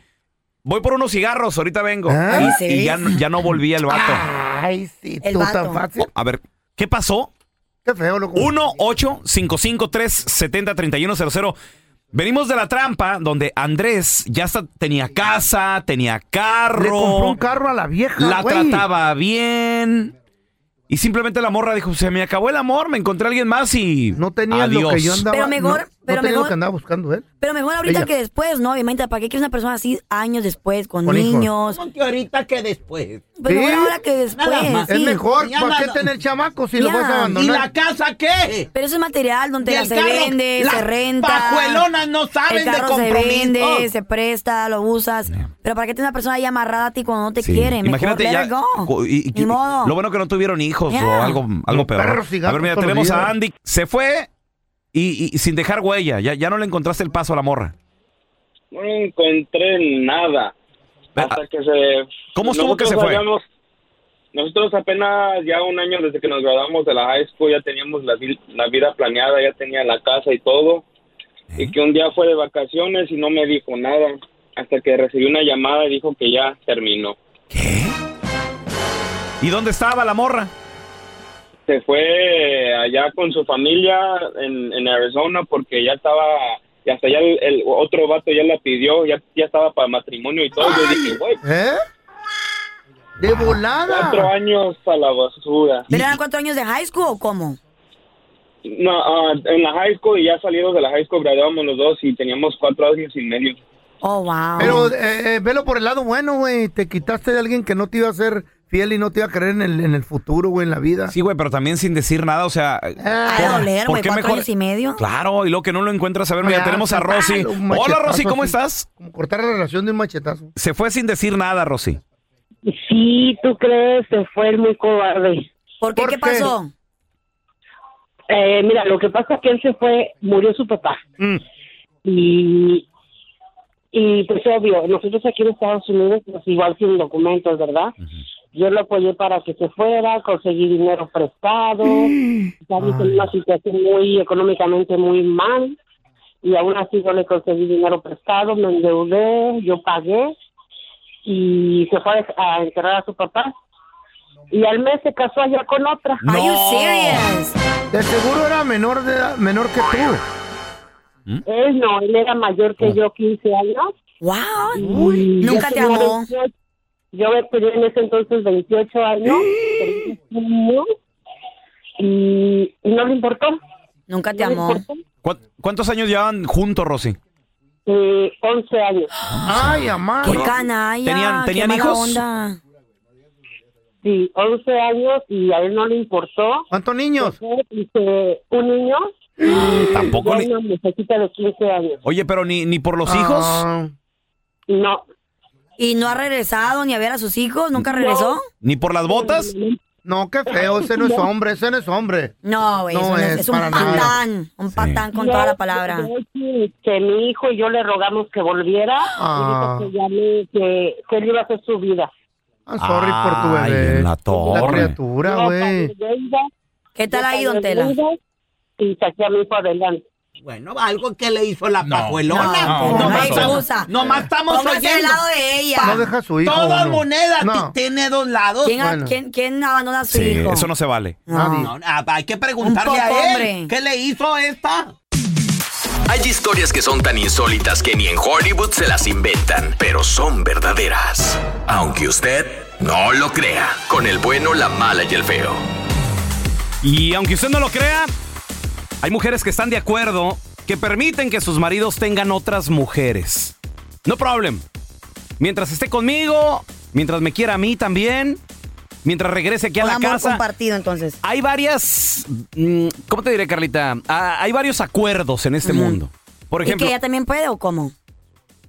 Speaker 1: voy por unos cigarros, ahorita vengo.
Speaker 16: ¿Ah?
Speaker 1: Y, y ya, no- ya no volví el vato.
Speaker 3: Ah.
Speaker 16: Ay, sí, tú tan fácil.
Speaker 1: A ver, ¿qué pasó?
Speaker 16: Qué feo, loco.
Speaker 1: 1 8 70 31 00 Venimos de la trampa donde Andrés ya hasta tenía casa, tenía carro.
Speaker 3: Le compró un carro a la vieja,
Speaker 1: La
Speaker 3: güey.
Speaker 1: trataba bien. Y simplemente la morra dijo, se me acabó el amor, me encontré a alguien más y no
Speaker 3: Tenía
Speaker 1: adiós.
Speaker 3: lo que yo andaba.
Speaker 2: Pero mejor-
Speaker 3: no- no tenía
Speaker 2: pero
Speaker 3: lo
Speaker 2: mejor-
Speaker 3: que andaba buscando él.
Speaker 2: Pero mejor ahorita
Speaker 3: Ella.
Speaker 2: que después, ¿no? Obviamente, ¿para qué quieres una persona así años después, con,
Speaker 3: Con hijos.
Speaker 2: niños?
Speaker 16: ¿Cómo que ahorita que después?
Speaker 2: Pues mejor ahora que después,
Speaker 16: Nada más.
Speaker 2: sí.
Speaker 16: Es mejor,
Speaker 2: Ya
Speaker 16: ¿por qué
Speaker 2: no-
Speaker 16: tener chamacos si lo
Speaker 2: Ya.
Speaker 16: vas a abandonar? casa qué?
Speaker 2: Pero eso es material donde
Speaker 16: ¿Y
Speaker 2: la
Speaker 16: el
Speaker 2: se
Speaker 16: carro?
Speaker 2: vende,
Speaker 16: Las
Speaker 2: se renta.
Speaker 16: pajuelonas no saben
Speaker 2: el
Speaker 16: de
Speaker 2: carro se
Speaker 16: compromiso.
Speaker 2: vende, se presta, lo usas. Pero ¿para qué tener una persona ahí amarrada a ti cuando no te
Speaker 1: Sí.
Speaker 2: quiere? Mejor
Speaker 1: Imagínate
Speaker 2: let
Speaker 1: ya.
Speaker 2: her go.
Speaker 1: cu- y- y-
Speaker 2: Ni modo.
Speaker 1: Lo bueno que no tuvieron hijos o
Speaker 2: Ya.
Speaker 1: algo, algo peor.
Speaker 16: perros y
Speaker 1: a ver,
Speaker 16: gatos
Speaker 1: mira,
Speaker 16: todos
Speaker 1: tenemos
Speaker 16: los días.
Speaker 1: a Andy. Se fue y, y sin dejar huella. Ya, ya no le encontraste el paso a la morra.
Speaker 12: No encontré nada. Hasta que se...
Speaker 1: ah, ¿Cómo estuvo
Speaker 12: Nosotros
Speaker 1: que se fue?
Speaker 12: habíamos- nosotros apenas ya un año desde que nos graduamos de la high school ya teníamos la, vi- la vida planeada, ya tenía la casa y todo.
Speaker 1: ¿Eh?
Speaker 12: Y que un día fue de vacaciones y no me dijo nada. Hasta que recibí una llamada y dijo que ya terminó.
Speaker 1: ¿Y dónde estaba la morra?
Speaker 12: se fue allá con su familia en, en Arizona porque ya estaba, y hasta ya el, el otro vato ya la pidió, ya, ya estaba para matrimonio y todo. Yo dije, güey,
Speaker 3: ¿Eh? De volada.
Speaker 12: cuatro años a la basura.
Speaker 2: ¿Pero eran cuatro años de high school o cómo?
Speaker 12: No, ah, en la high school y ya salidos de la high school graduamos los dos y teníamos cuatro años y medio.
Speaker 2: Oh, wow.
Speaker 3: Pero eh, eh, velo por el lado bueno, güey. Te quitaste de alguien que no te iba a ser fiel y no te iba a creer en el, en el futuro, güey, en la vida. Ah.
Speaker 1: Sí, güey, pero también sin decir nada, o sea.
Speaker 2: Ha de doler,
Speaker 1: ¿por
Speaker 2: güey,
Speaker 1: qué
Speaker 2: cuatro
Speaker 1: mejor-
Speaker 2: Eh, años y medio.
Speaker 1: Claro, y lo que no lo encuentras, a ver, mira,
Speaker 3: Ah,
Speaker 1: tenemos a
Speaker 3: ah,
Speaker 1: Rosy.
Speaker 3: un
Speaker 1: Hola,
Speaker 3: machetazo
Speaker 1: Rosy, ¿cómo
Speaker 3: así,
Speaker 1: estás?
Speaker 3: Como cortar la relación de un machetazo.
Speaker 1: Se fue sin decir nada, Rosy.
Speaker 18: Sí, tú crees, se fue el muy cobarde.
Speaker 2: ¿Por qué? ¿Qué pasó?
Speaker 18: Eh, mira, lo que pasa es que él se fue, murió su papá.
Speaker 2: Mm.
Speaker 18: Y, y pues obvio, nosotros aquí en Estados Unidos, pues igual sin documentos, ¿verdad? Yo lo apoyé para que se fuera, conseguí dinero prestado,
Speaker 2: Mm.
Speaker 18: estaba en una situación muy económicamente muy mal, y aún así yo le conseguí dinero prestado, me endeudé, yo pagué, y se fue a a enterrar a su papá. Y al mes se casó allá con otra.
Speaker 3: No. De seguro era menor de edad- menor que tú. Oh.
Speaker 18: Él no, él era mayor que yo, 15 años.
Speaker 2: ¿Mm? ¡Wow! Nunca te amó.
Speaker 18: Yo tenía en ese entonces 28 años. 31, y y no le importó.
Speaker 2: Nunca te
Speaker 18: No le
Speaker 2: amó.
Speaker 18: importó,
Speaker 1: ¿Cuán- ¿Cuántos años llevan juntos, Rosy?
Speaker 18: eh, 11 años.
Speaker 3: Ay, amá.
Speaker 2: ¡Qué canalla!
Speaker 1: ¿Tenían-
Speaker 2: qué
Speaker 1: tenían
Speaker 2: mala
Speaker 1: hijos?
Speaker 2: onda.
Speaker 18: Sí, 11 años y a él no le importó.
Speaker 3: ¿Cuántos niños? Ah,
Speaker 18: un niño. y
Speaker 1: Tampoco
Speaker 18: ya
Speaker 1: le-
Speaker 18: Una muchachita de 15 años.
Speaker 1: Oye, pero ni, ni por los hijos,
Speaker 18: No.
Speaker 2: ¿Y no ha regresado ni a ver a sus hijos? ¿Nunca regresó?
Speaker 1: ni por las botas.
Speaker 3: No, qué feo, ese no es hombre, ese no es hombre.
Speaker 2: No, güey.
Speaker 3: No
Speaker 2: eso no es,
Speaker 3: es
Speaker 2: es un
Speaker 3: para nada.
Speaker 2: patán. Un patán con
Speaker 18: No,
Speaker 2: toda la palabra.
Speaker 18: de hecho, Que mi hijo y yo le rogamos que volviera.
Speaker 3: Ah. Ah,
Speaker 18: Y dijo que, ya le- que, que él iba a hacer su vida.
Speaker 3: Sorry por tu
Speaker 1: Ay,
Speaker 3: bebé.
Speaker 1: en la
Speaker 3: La
Speaker 1: torre.
Speaker 3: criatura, güey.
Speaker 18: ¿Qué
Speaker 2: tal ahí, don Tela?
Speaker 18: Y saqué a mi hijo adelante.
Speaker 16: Bueno, algo que le hizo la pajuelona. no, no, más no, estamos- no. nomás estamos
Speaker 2: Póngase
Speaker 16: oyendo.
Speaker 2: del lado de ella.
Speaker 3: No deja a su hijo.
Speaker 16: Todas
Speaker 3: uno.
Speaker 16: monedas
Speaker 3: No.
Speaker 16: t- tiene dos lados.
Speaker 2: ¿Quién, a- quién- quién abandona a su
Speaker 1: Sí,
Speaker 2: hijo?
Speaker 1: eso no se vale.
Speaker 16: No, no, ah, hay que preguntarle
Speaker 2: poco
Speaker 16: a él.
Speaker 2: hombre.
Speaker 16: ¿Qué le hizo esta?
Speaker 4: Hay historias que son tan insólitas que ni en Hollywood se las inventan, pero son verdaderas. Aunque usted no lo crea, con el bueno, la mala y el feo.
Speaker 1: Y aunque usted no lo crea, hay mujeres que están de acuerdo que permiten que sus maridos tengan otras mujeres. No problem. Mientras esté conmigo, mientras me quiera a mí también, mientras regrese aquí a
Speaker 2: Un
Speaker 1: la
Speaker 2: amor
Speaker 1: casa.
Speaker 2: compartido, entonces.
Speaker 1: Hay varias. mm, ¿Cómo te diré, Carlita? Ah, hay varios acuerdos en este mundo. Por ejemplo,
Speaker 2: ¿Y que ella también puede o cómo?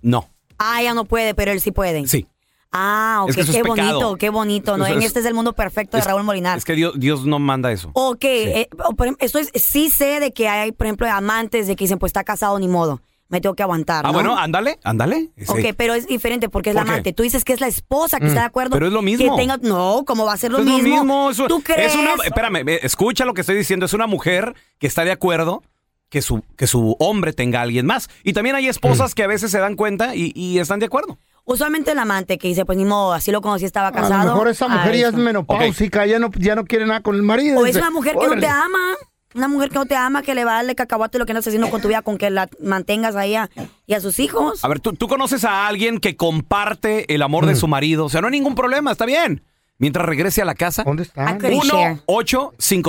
Speaker 1: no.
Speaker 2: Ah, ella no puede, pero él sí puede.
Speaker 1: Sí.
Speaker 2: Ah, ok.
Speaker 1: Es que eso es
Speaker 2: qué
Speaker 1: pecado.
Speaker 2: bonito, qué bonito. ¿no?
Speaker 1: Eso
Speaker 2: En
Speaker 1: es-
Speaker 2: este es el mundo perfecto de
Speaker 1: es-
Speaker 2: Raúl Molinar.
Speaker 1: Es que Dios, Dios no manda eso.
Speaker 2: O que, Ah. eh, o por ejemplo, esto es, sí sé de que hay, por ejemplo, amantes de que dicen, pues está casado, ni modo, me tengo que aguantar.
Speaker 1: Ah,
Speaker 2: ¿no?
Speaker 1: bueno, ándale, ándale.
Speaker 2: Ok,
Speaker 1: Sí.
Speaker 2: pero es diferente porque es
Speaker 1: ¿Por
Speaker 2: la
Speaker 1: qué?
Speaker 2: amante. Tú dices que es la esposa que
Speaker 1: Mm,
Speaker 2: está de acuerdo.
Speaker 1: pero es lo mismo.
Speaker 2: Que tenga... No, ¿cómo va a ser lo
Speaker 1: Eso es
Speaker 2: mismo?
Speaker 1: lo mismo. eso-
Speaker 2: ¿Tú crees?
Speaker 1: Es una, espérame, eh, escucha lo que estoy diciendo. Es una mujer que está de acuerdo que
Speaker 2: Mm.
Speaker 1: su, que su hombre tenga a alguien más. Y también hay esposas que a veces se dan cuenta y, y están de acuerdo.
Speaker 2: Usualmente el amante que dice, pues ni modo, así lo conocí, estaba
Speaker 3: A
Speaker 2: casado.
Speaker 3: lo mejor esa mujer
Speaker 2: ahí
Speaker 3: ya es
Speaker 2: está.
Speaker 3: menopáusica, ya, no, ya no quiere nada con el marido.
Speaker 2: O es
Speaker 3: Dice,
Speaker 2: una mujer que no
Speaker 3: "Órale".
Speaker 2: te ama. Una mujer que no te ama, que le va a darle cacahuate lo que no estás haciendo con tu vida, con que la mantengas ahí a- y a sus hijos. Mm.
Speaker 1: A ver, ¿tú, tú conoces a alguien que comparte el amor de su marido. O sea, no hay ningún problema, está bien. Mientras regrese a la casa. ¿Dónde
Speaker 3: está?
Speaker 2: I couldn't Ah, share.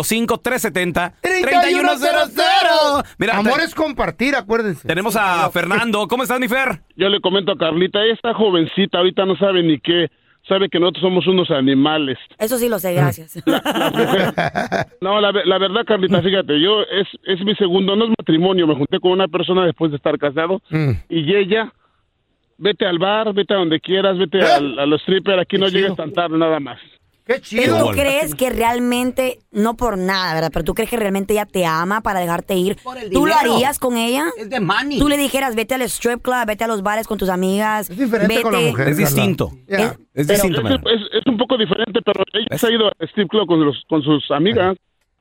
Speaker 1: 1-855-370.
Speaker 3: 3100.
Speaker 1: Mira,
Speaker 3: Amor
Speaker 1: te-
Speaker 3: es compartir, acuérdense.
Speaker 1: Tenemos a Fernando. ¿Cómo estás, mi Fer?
Speaker 19: Yo le comento a Carlita, esta jovencita ahorita no sabe ni qué, sabe que nosotros somos unos animales.
Speaker 2: Eso sí lo sé, gracias.
Speaker 19: No, la, ve- la verdad, Carlita, fíjate, yo es, es mi segundo, no es matrimonio, me junté con una persona después de estar casado
Speaker 5: 음.
Speaker 19: y ella, vete al bar, vete a donde quieras, vete al- a los strippers, aquí no llegues tan tarde nada más.
Speaker 3: Qué
Speaker 2: Pero tú crees que realmente, no por nada, ¿verdad? Pero tú crees que realmente ella te ama para dejarte ir. ¿Tú lo
Speaker 16: dinero.
Speaker 2: harías con ella?
Speaker 16: Es de money.
Speaker 2: Tú le dijeras, vete al strip club, vete a los bares con tus amigas. Es vete.
Speaker 19: Es distinto.
Speaker 2: Es-
Speaker 19: Es,
Speaker 2: pero- distinto,
Speaker 19: es, es un poco diferente, pero ella se ha ido al strip club con, los, con sus amigas.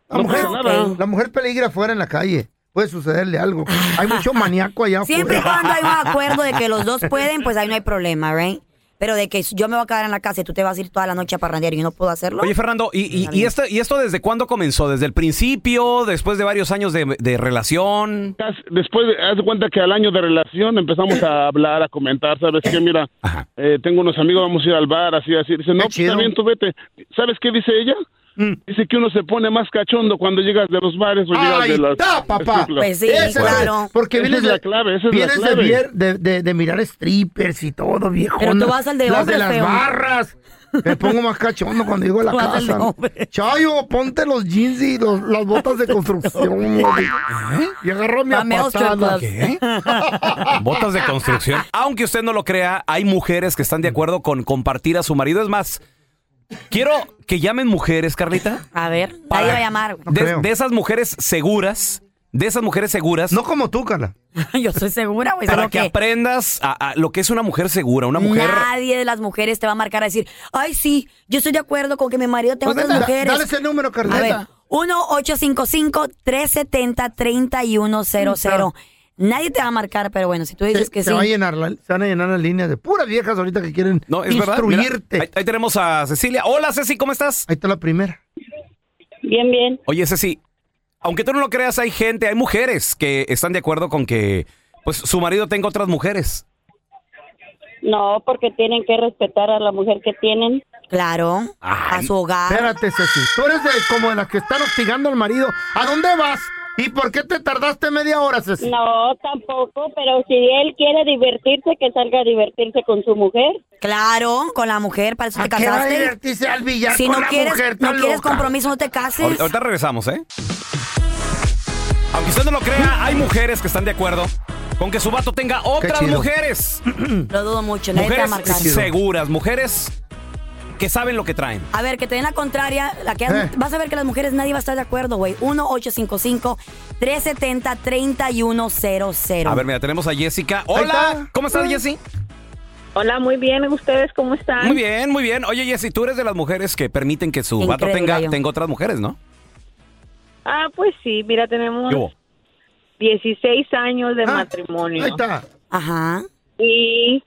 Speaker 3: La mujer,
Speaker 2: pues.
Speaker 3: la mujer peligra afuera en la calle. Puede sucederle algo. Hay mucho maníaco allá afuera.
Speaker 2: Siempre y cuando hay un acuerdo de que los dos pueden, pues ahí no hay problema, ¿right? Pero de que yo me voy a quedar en la casa y tú te vas a ir toda la noche a parrandear y yo no puedo hacerlo.
Speaker 1: Oye, Fernando, ¿y, y, y esto, ¿y esto desde cuándo comenzó? ¿Desde el principio? ¿Después de varios años de, de relación?
Speaker 19: Después, haz de cuenta que al año de relación empezamos a hablar, a comentar, ¿sabes qué? Mira, eh, tengo unos amigos, vamos a ir al bar, así, así. Dice, no, pues, está bien, tú vete. ¿Sabes qué dice ella?
Speaker 3: Mm.
Speaker 19: Dice que uno se pone más cachondo cuando llegas de los bares o llegas
Speaker 3: Ahí
Speaker 19: de Pues las...
Speaker 3: está, papá.
Speaker 19: strip clubs.
Speaker 3: Ese es el- porque
Speaker 19: Esa
Speaker 3: vienes
Speaker 19: es la clave, esa es la
Speaker 3: vienes de
Speaker 19: clave.
Speaker 3: vier- De, de- de mirar strippers y todo, viejo.
Speaker 2: Pero tú vas al de
Speaker 3: Las
Speaker 2: hombres,
Speaker 3: de las
Speaker 2: feo.
Speaker 3: barras. Me pongo más cachondo cuando digo la
Speaker 2: Tú vas al de
Speaker 3: casa. Chayo, ponte los jeans y los- las botas de construcción. güey.
Speaker 2: ¿Eh?
Speaker 3: Y agarró mi
Speaker 2: Dame otro
Speaker 3: patada.
Speaker 2: plus.
Speaker 1: Botas de construcción. Aunque usted no lo crea, hay mujeres que están de acuerdo con compartir a su marido. Es más, quiero que llamen mujeres, Carlita.
Speaker 2: A ver, nadie va a llamar. güey.
Speaker 1: De, de esas mujeres seguras, de esas mujeres seguras. No
Speaker 3: como tú, Carla.
Speaker 2: yo soy segura, güey.
Speaker 1: Para
Speaker 2: solo
Speaker 1: que
Speaker 2: que-
Speaker 1: aprendas a, a lo que es una mujer segura, una mujer.
Speaker 2: Nadie de las mujeres te va a marcar a decir, ay, sí, yo estoy de acuerdo con que mi marido tenga
Speaker 3: Pues
Speaker 2: otras
Speaker 3: da-
Speaker 2: mujeres.
Speaker 3: dale ese número, Carlita.
Speaker 2: A ver, 1-855-370-3100. Nadie te va a marcar, pero bueno, si tú dices que
Speaker 3: Se
Speaker 2: sí.
Speaker 3: va a llenar la- se van a llenar las líneas de puras viejas ahorita que quieren
Speaker 1: No, es verdad. Mira,
Speaker 3: instruirte.
Speaker 1: ahí, ahí tenemos a Cecilia. Hola, Ceci, ¿cómo estás?
Speaker 3: Ahí está la primera.
Speaker 9: Bien, bien.
Speaker 1: Oye, Ceci, aunque tú no lo creas, hay gente, hay mujeres que están de acuerdo con que pues su marido tenga otras mujeres.
Speaker 9: No, porque tienen que respetar a la mujer que tienen.
Speaker 2: Claro,
Speaker 3: a
Speaker 2: su hogar.
Speaker 3: Espérate, Ceci. Tú eres de, como de las que están hostigando al marido. ¿A dónde vas? ¿Y por qué te tardaste media hora, Ceci?
Speaker 9: No, tampoco, pero si él quiere divertirse, que salga a divertirse con su mujer.
Speaker 2: Claro, con la mujer, para eso te
Speaker 9: qué va a
Speaker 2: casaste.
Speaker 9: divertirse al billar
Speaker 2: si
Speaker 9: con
Speaker 2: no
Speaker 9: la
Speaker 2: quieres,
Speaker 9: mujer
Speaker 2: no
Speaker 9: tan
Speaker 2: quieres
Speaker 9: loca?
Speaker 2: compromiso, no te cases.
Speaker 1: Ahor- Ahorita regresamos, ¿eh? Aunque usted no lo crea, hay mujeres que están de acuerdo con que su vato tenga otras
Speaker 2: chido.
Speaker 1: mujeres.
Speaker 2: Lo dudo mucho, nadie te va a
Speaker 1: Mujeres
Speaker 2: marcar.
Speaker 1: seguras, mujeres que saben lo que traen.
Speaker 2: A ver, que te den la contraria, la que
Speaker 1: Eh.
Speaker 2: vas a ver que las mujeres nadie va a estar de acuerdo, güey. 1-855-370-3100.
Speaker 1: A ver, mira, tenemos a Jessica. Hola, ¿cómo estás, Jessy?
Speaker 9: Hola, muy bien. ¿Ustedes cómo están?
Speaker 1: Muy bien, muy bien. Oye, Jessy, tú eres de las mujeres que permiten que su vato
Speaker 9: Incrédula
Speaker 1: tenga,
Speaker 9: yo.
Speaker 1: tenga otras mujeres, ¿no?
Speaker 9: Ah, pues sí, mira, tenemos 16 años de matrimonio.
Speaker 3: Ahí está.
Speaker 2: Ajá.
Speaker 9: Y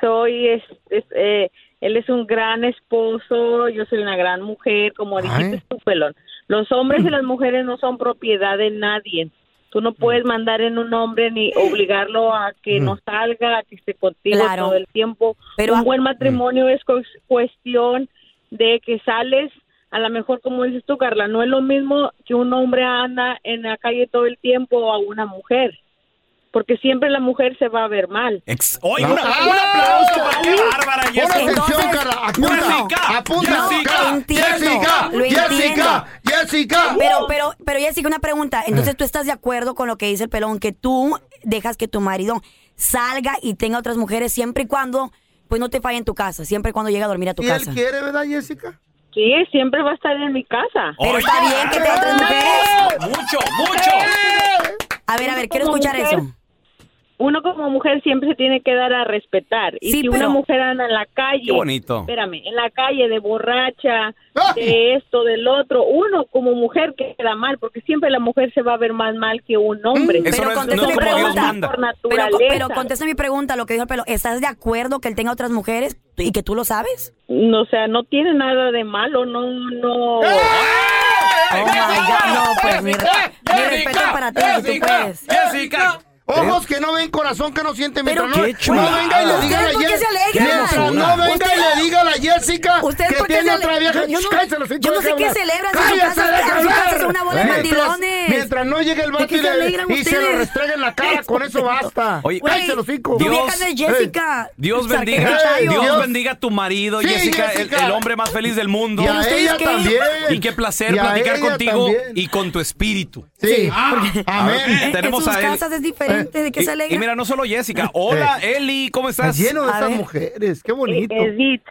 Speaker 9: soy, es, es, eh, él es un gran esposo, yo soy una gran mujer, como dijiste tú, pelón. Los hombres y las mujeres no son propiedad de nadie. Tú no puedes mandar en un hombre ni obligarlo a que
Speaker 2: Mm.
Speaker 9: no salga, a que esté contigo
Speaker 2: Claro.
Speaker 9: todo el tiempo.
Speaker 2: Pero
Speaker 9: un
Speaker 2: a-
Speaker 9: buen matrimonio es cu- cuestión de que sales, a lo mejor como dices tú, Carla, no es lo mismo que un hombre anda en la calle todo el tiempo a una mujer, porque siempre la mujer se va a ver mal.
Speaker 1: ¡Oye,
Speaker 9: un- un aplauso para- qué bárbara,
Speaker 3: Pon
Speaker 9: Jessica!
Speaker 3: atención,
Speaker 9: Entonces-
Speaker 3: Carla. Apunta.
Speaker 9: Jessica,
Speaker 3: Apunta.
Speaker 9: no,
Speaker 3: Jessica.
Speaker 9: lo entiendo,
Speaker 3: Jessica.
Speaker 9: lo
Speaker 3: Jessica. Jessica.
Speaker 2: Pero, pero, pero Jessica, una pregunta. Entonces, ¿tú estás de acuerdo con lo que dice el pelón? Que tú dejas que tu marido salga y tenga otras mujeres siempre y cuando, pues no te falle en tu casa, siempre y cuando llegue a dormir a tu
Speaker 9: ¿Y él
Speaker 2: casa.
Speaker 3: quiere, verdad, Jessica?
Speaker 9: Sí, siempre va a estar en mi casa.
Speaker 2: Pero está bien que tenga otras mujeres.
Speaker 1: Mucho, mucho.
Speaker 2: A ver, a ver, quiero escuchar eso.
Speaker 9: uno como mujer siempre se tiene que dar a respetar. Y
Speaker 2: Sí,
Speaker 9: si una
Speaker 2: pero-
Speaker 9: mujer anda en la calle,
Speaker 2: Qué bonito.
Speaker 9: espérame, en la calle de borracha, de esto, del otro, uno como mujer queda mal, porque siempre la mujer se va a ver más mal que un hombre.
Speaker 2: Mm, Pero contesta mi pregunta.
Speaker 9: por
Speaker 2: Pero,
Speaker 9: naturaleza.
Speaker 2: co- pero contesta mi pregunta, lo que dijo el pelo. ¿Estás de acuerdo que él tenga otras mujeres y que tú lo sabes?
Speaker 9: No, o sea, no tiene nada de malo, no, no.
Speaker 2: Oh my God, no, pues mi, re- mi respeto para ti, tú puedes.
Speaker 3: Ojos que no ven, corazón que no siente.
Speaker 2: Pero
Speaker 3: Mientras no,
Speaker 2: qué
Speaker 3: no
Speaker 2: chulada.
Speaker 3: venga y le diga a la
Speaker 2: ¿Ustedes por qué se
Speaker 3: Jessica.
Speaker 2: alegran?
Speaker 3: Mientras no
Speaker 2: Ustedes-
Speaker 3: venga y le diga a la Jessica
Speaker 2: ¿Ustedes
Speaker 3: que
Speaker 2: por qué
Speaker 3: tiene
Speaker 2: se
Speaker 3: otra
Speaker 2: ale-
Speaker 3: vieja.
Speaker 2: Yo- yo no-
Speaker 3: Cállate los hinchas,
Speaker 2: yo no
Speaker 3: deja
Speaker 2: sé qué
Speaker 3: hablar.
Speaker 2: celebran si en su
Speaker 3: Cállate,
Speaker 2: casa-
Speaker 3: deja
Speaker 2: en su casa
Speaker 3: hablar.
Speaker 2: es una bola de
Speaker 3: Mientras-
Speaker 2: mandilones.
Speaker 3: Mientras no llegue el
Speaker 2: ¿De
Speaker 3: vato
Speaker 2: qué
Speaker 3: y,
Speaker 2: se
Speaker 3: le- y
Speaker 2: alegran
Speaker 3: se lo
Speaker 2: ustedes?
Speaker 3: restregue en la cara. Con eso basta.
Speaker 1: Oye, eh,
Speaker 3: Cállate los hijos.
Speaker 2: tu vieja no es Jessica.
Speaker 1: Dios
Speaker 2: Sarque-
Speaker 1: bendiga,
Speaker 2: Chayo.
Speaker 1: Dios,
Speaker 2: Dios.
Speaker 1: bendiga a tu marido,
Speaker 2: Sí,
Speaker 1: Jessica, el- El,
Speaker 2: Jessica.
Speaker 1: hombre más feliz del mundo.
Speaker 3: Y a ¿Pero ustedes ella qué? también.
Speaker 1: Y qué placer
Speaker 3: Y a
Speaker 1: platicar
Speaker 3: ella
Speaker 1: contigo
Speaker 3: también.
Speaker 1: y con tu espíritu.
Speaker 3: Sí. Ah, Eh,
Speaker 1: A ver,
Speaker 2: En-
Speaker 1: tenemos
Speaker 2: en sus
Speaker 1: a él.
Speaker 2: casas es diferente, ¿de qué
Speaker 1: y,
Speaker 2: se
Speaker 1: y
Speaker 2: alegran?
Speaker 1: mira, no solo Jessica. Hola, Eli, ¿cómo estás?
Speaker 3: Está lleno de estas mujeres. Qué bonito.
Speaker 9: Edith.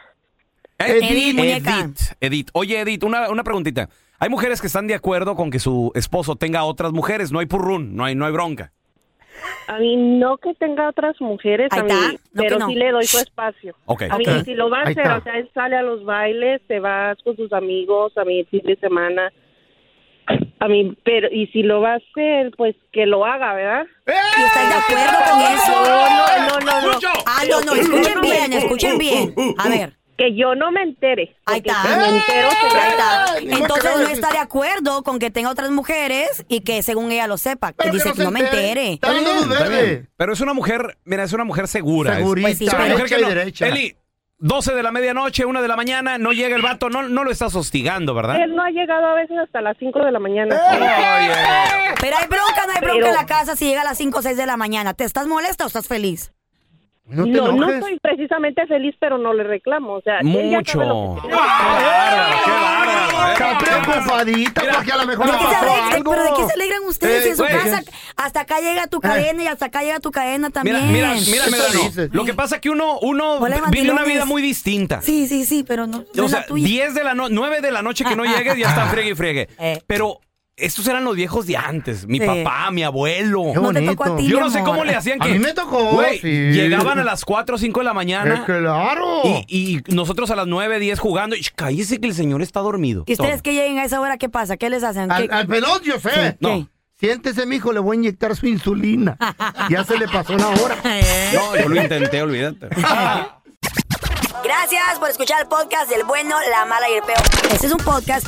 Speaker 1: Edith,
Speaker 2: Edith, muñeca.
Speaker 1: Edith, Edith. Oye, Edith, una, una preguntita. Hay mujeres que están de acuerdo con que su esposo tenga otras mujeres. No hay purrún, no hay, no hay bronca.
Speaker 9: A mí no que tenga otras mujeres, a mí, pero
Speaker 2: que no.
Speaker 9: sí le doy su espacio.
Speaker 1: Ok.
Speaker 9: A mí
Speaker 1: Ok.
Speaker 9: si lo va a
Speaker 1: Ahí
Speaker 9: hacer,
Speaker 1: está.
Speaker 9: o sea, él sale a los bailes, se va con sus amigos, a mí el fin de semana. A mí, pero y si lo va a hacer, pues que lo haga, ¿verdad?
Speaker 2: ¿Y estás de acuerdo con eso?
Speaker 9: No, no, no, no.
Speaker 2: Escucho. Ah, no, no, escuchen bien, escuchen bien. A ver.
Speaker 9: Que yo no me entere.
Speaker 2: Ahí está.
Speaker 9: si me entero, se
Speaker 2: Ahí está.
Speaker 9: va.
Speaker 2: Entonces no está de acuerdo con que tenga otras mujeres y que según ella lo sepa. Que Pues dice que no me entere.
Speaker 1: Está bien. Pero es una mujer, mira, es una mujer segura. Es-
Speaker 3: Segurita,
Speaker 1: Pues sí, es una mujer
Speaker 3: derecha
Speaker 1: que
Speaker 3: y
Speaker 1: no-
Speaker 3: derecha.
Speaker 1: Eli, 12 de la medianoche, 1 de la mañana, no llega el vato, no, no lo estás hostigando, ¿verdad?
Speaker 9: Él no ha llegado a veces hasta las 5 de la mañana.
Speaker 2: ¡Eh! Pero hay bronca, no hay bronca
Speaker 9: Pero-
Speaker 2: en la casa si llega a las 5 o 6 de la mañana. ¿Te estás molesta o estás feliz?
Speaker 3: No,
Speaker 2: te
Speaker 9: no,
Speaker 2: enojes.
Speaker 9: estoy precisamente feliz, pero no le reclamo. O sea, él ya sabe lo que
Speaker 1: Mucho.
Speaker 9: quiere.
Speaker 3: Está preocupadita porque a lo mejor le
Speaker 2: ¿De qué se
Speaker 3: pasó
Speaker 2: alegran?
Speaker 3: algo.
Speaker 2: ¿Pero de qué se alegran ustedes
Speaker 1: Eh,
Speaker 2: en su
Speaker 1: güey.
Speaker 2: casa? Hasta acá llega tu cadena y hasta acá llega tu
Speaker 1: Mira,
Speaker 2: cadena también.
Speaker 1: mira, mira, Medrano, Lo que pasa es que uno, uno
Speaker 2: Hola,
Speaker 1: vive una
Speaker 2: mandilones.
Speaker 1: vida muy distinta.
Speaker 2: Sí, sí, sí, pero no, no
Speaker 1: O
Speaker 2: es
Speaker 1: sea,
Speaker 2: la tuya.
Speaker 1: 10 de la noche, 9 de la noche
Speaker 3: Ah,
Speaker 1: que no llegues ya está friegue y friegue. Pero estos eran los viejos de antes. Mi
Speaker 3: Eh. Sí.
Speaker 1: papá, mi abuelo.
Speaker 3: Qué No te tocó bonito. a ti,
Speaker 1: Yo
Speaker 3: mi
Speaker 1: no sé
Speaker 3: amor.
Speaker 1: cómo le hacían
Speaker 3: A
Speaker 1: que.
Speaker 3: mí me tocó,
Speaker 1: Güey,
Speaker 3: sí.
Speaker 1: Llegaban a las 4 o 5 de la mañana.
Speaker 3: Eh, claro.
Speaker 1: Y, y nosotros a las 9, 10 jugando. Y sh, cállese que el señor está dormido.
Speaker 2: ¿Y ustedes
Speaker 1: Todo.
Speaker 2: que lleguen a esa hora qué pasa? ¿Qué les hacen?
Speaker 3: Al,
Speaker 2: ¿Qué-
Speaker 3: al pelón, yo sé.
Speaker 2: Sí,
Speaker 3: No.
Speaker 2: ¿qué?
Speaker 3: Siéntese, mijo, le voy a inyectar su insulina. ya se le pasó la hora.
Speaker 1: No, yo lo intenté, olvídate.
Speaker 2: Gracias por escuchar el podcast del bueno, la mala y el peor. Este es un podcast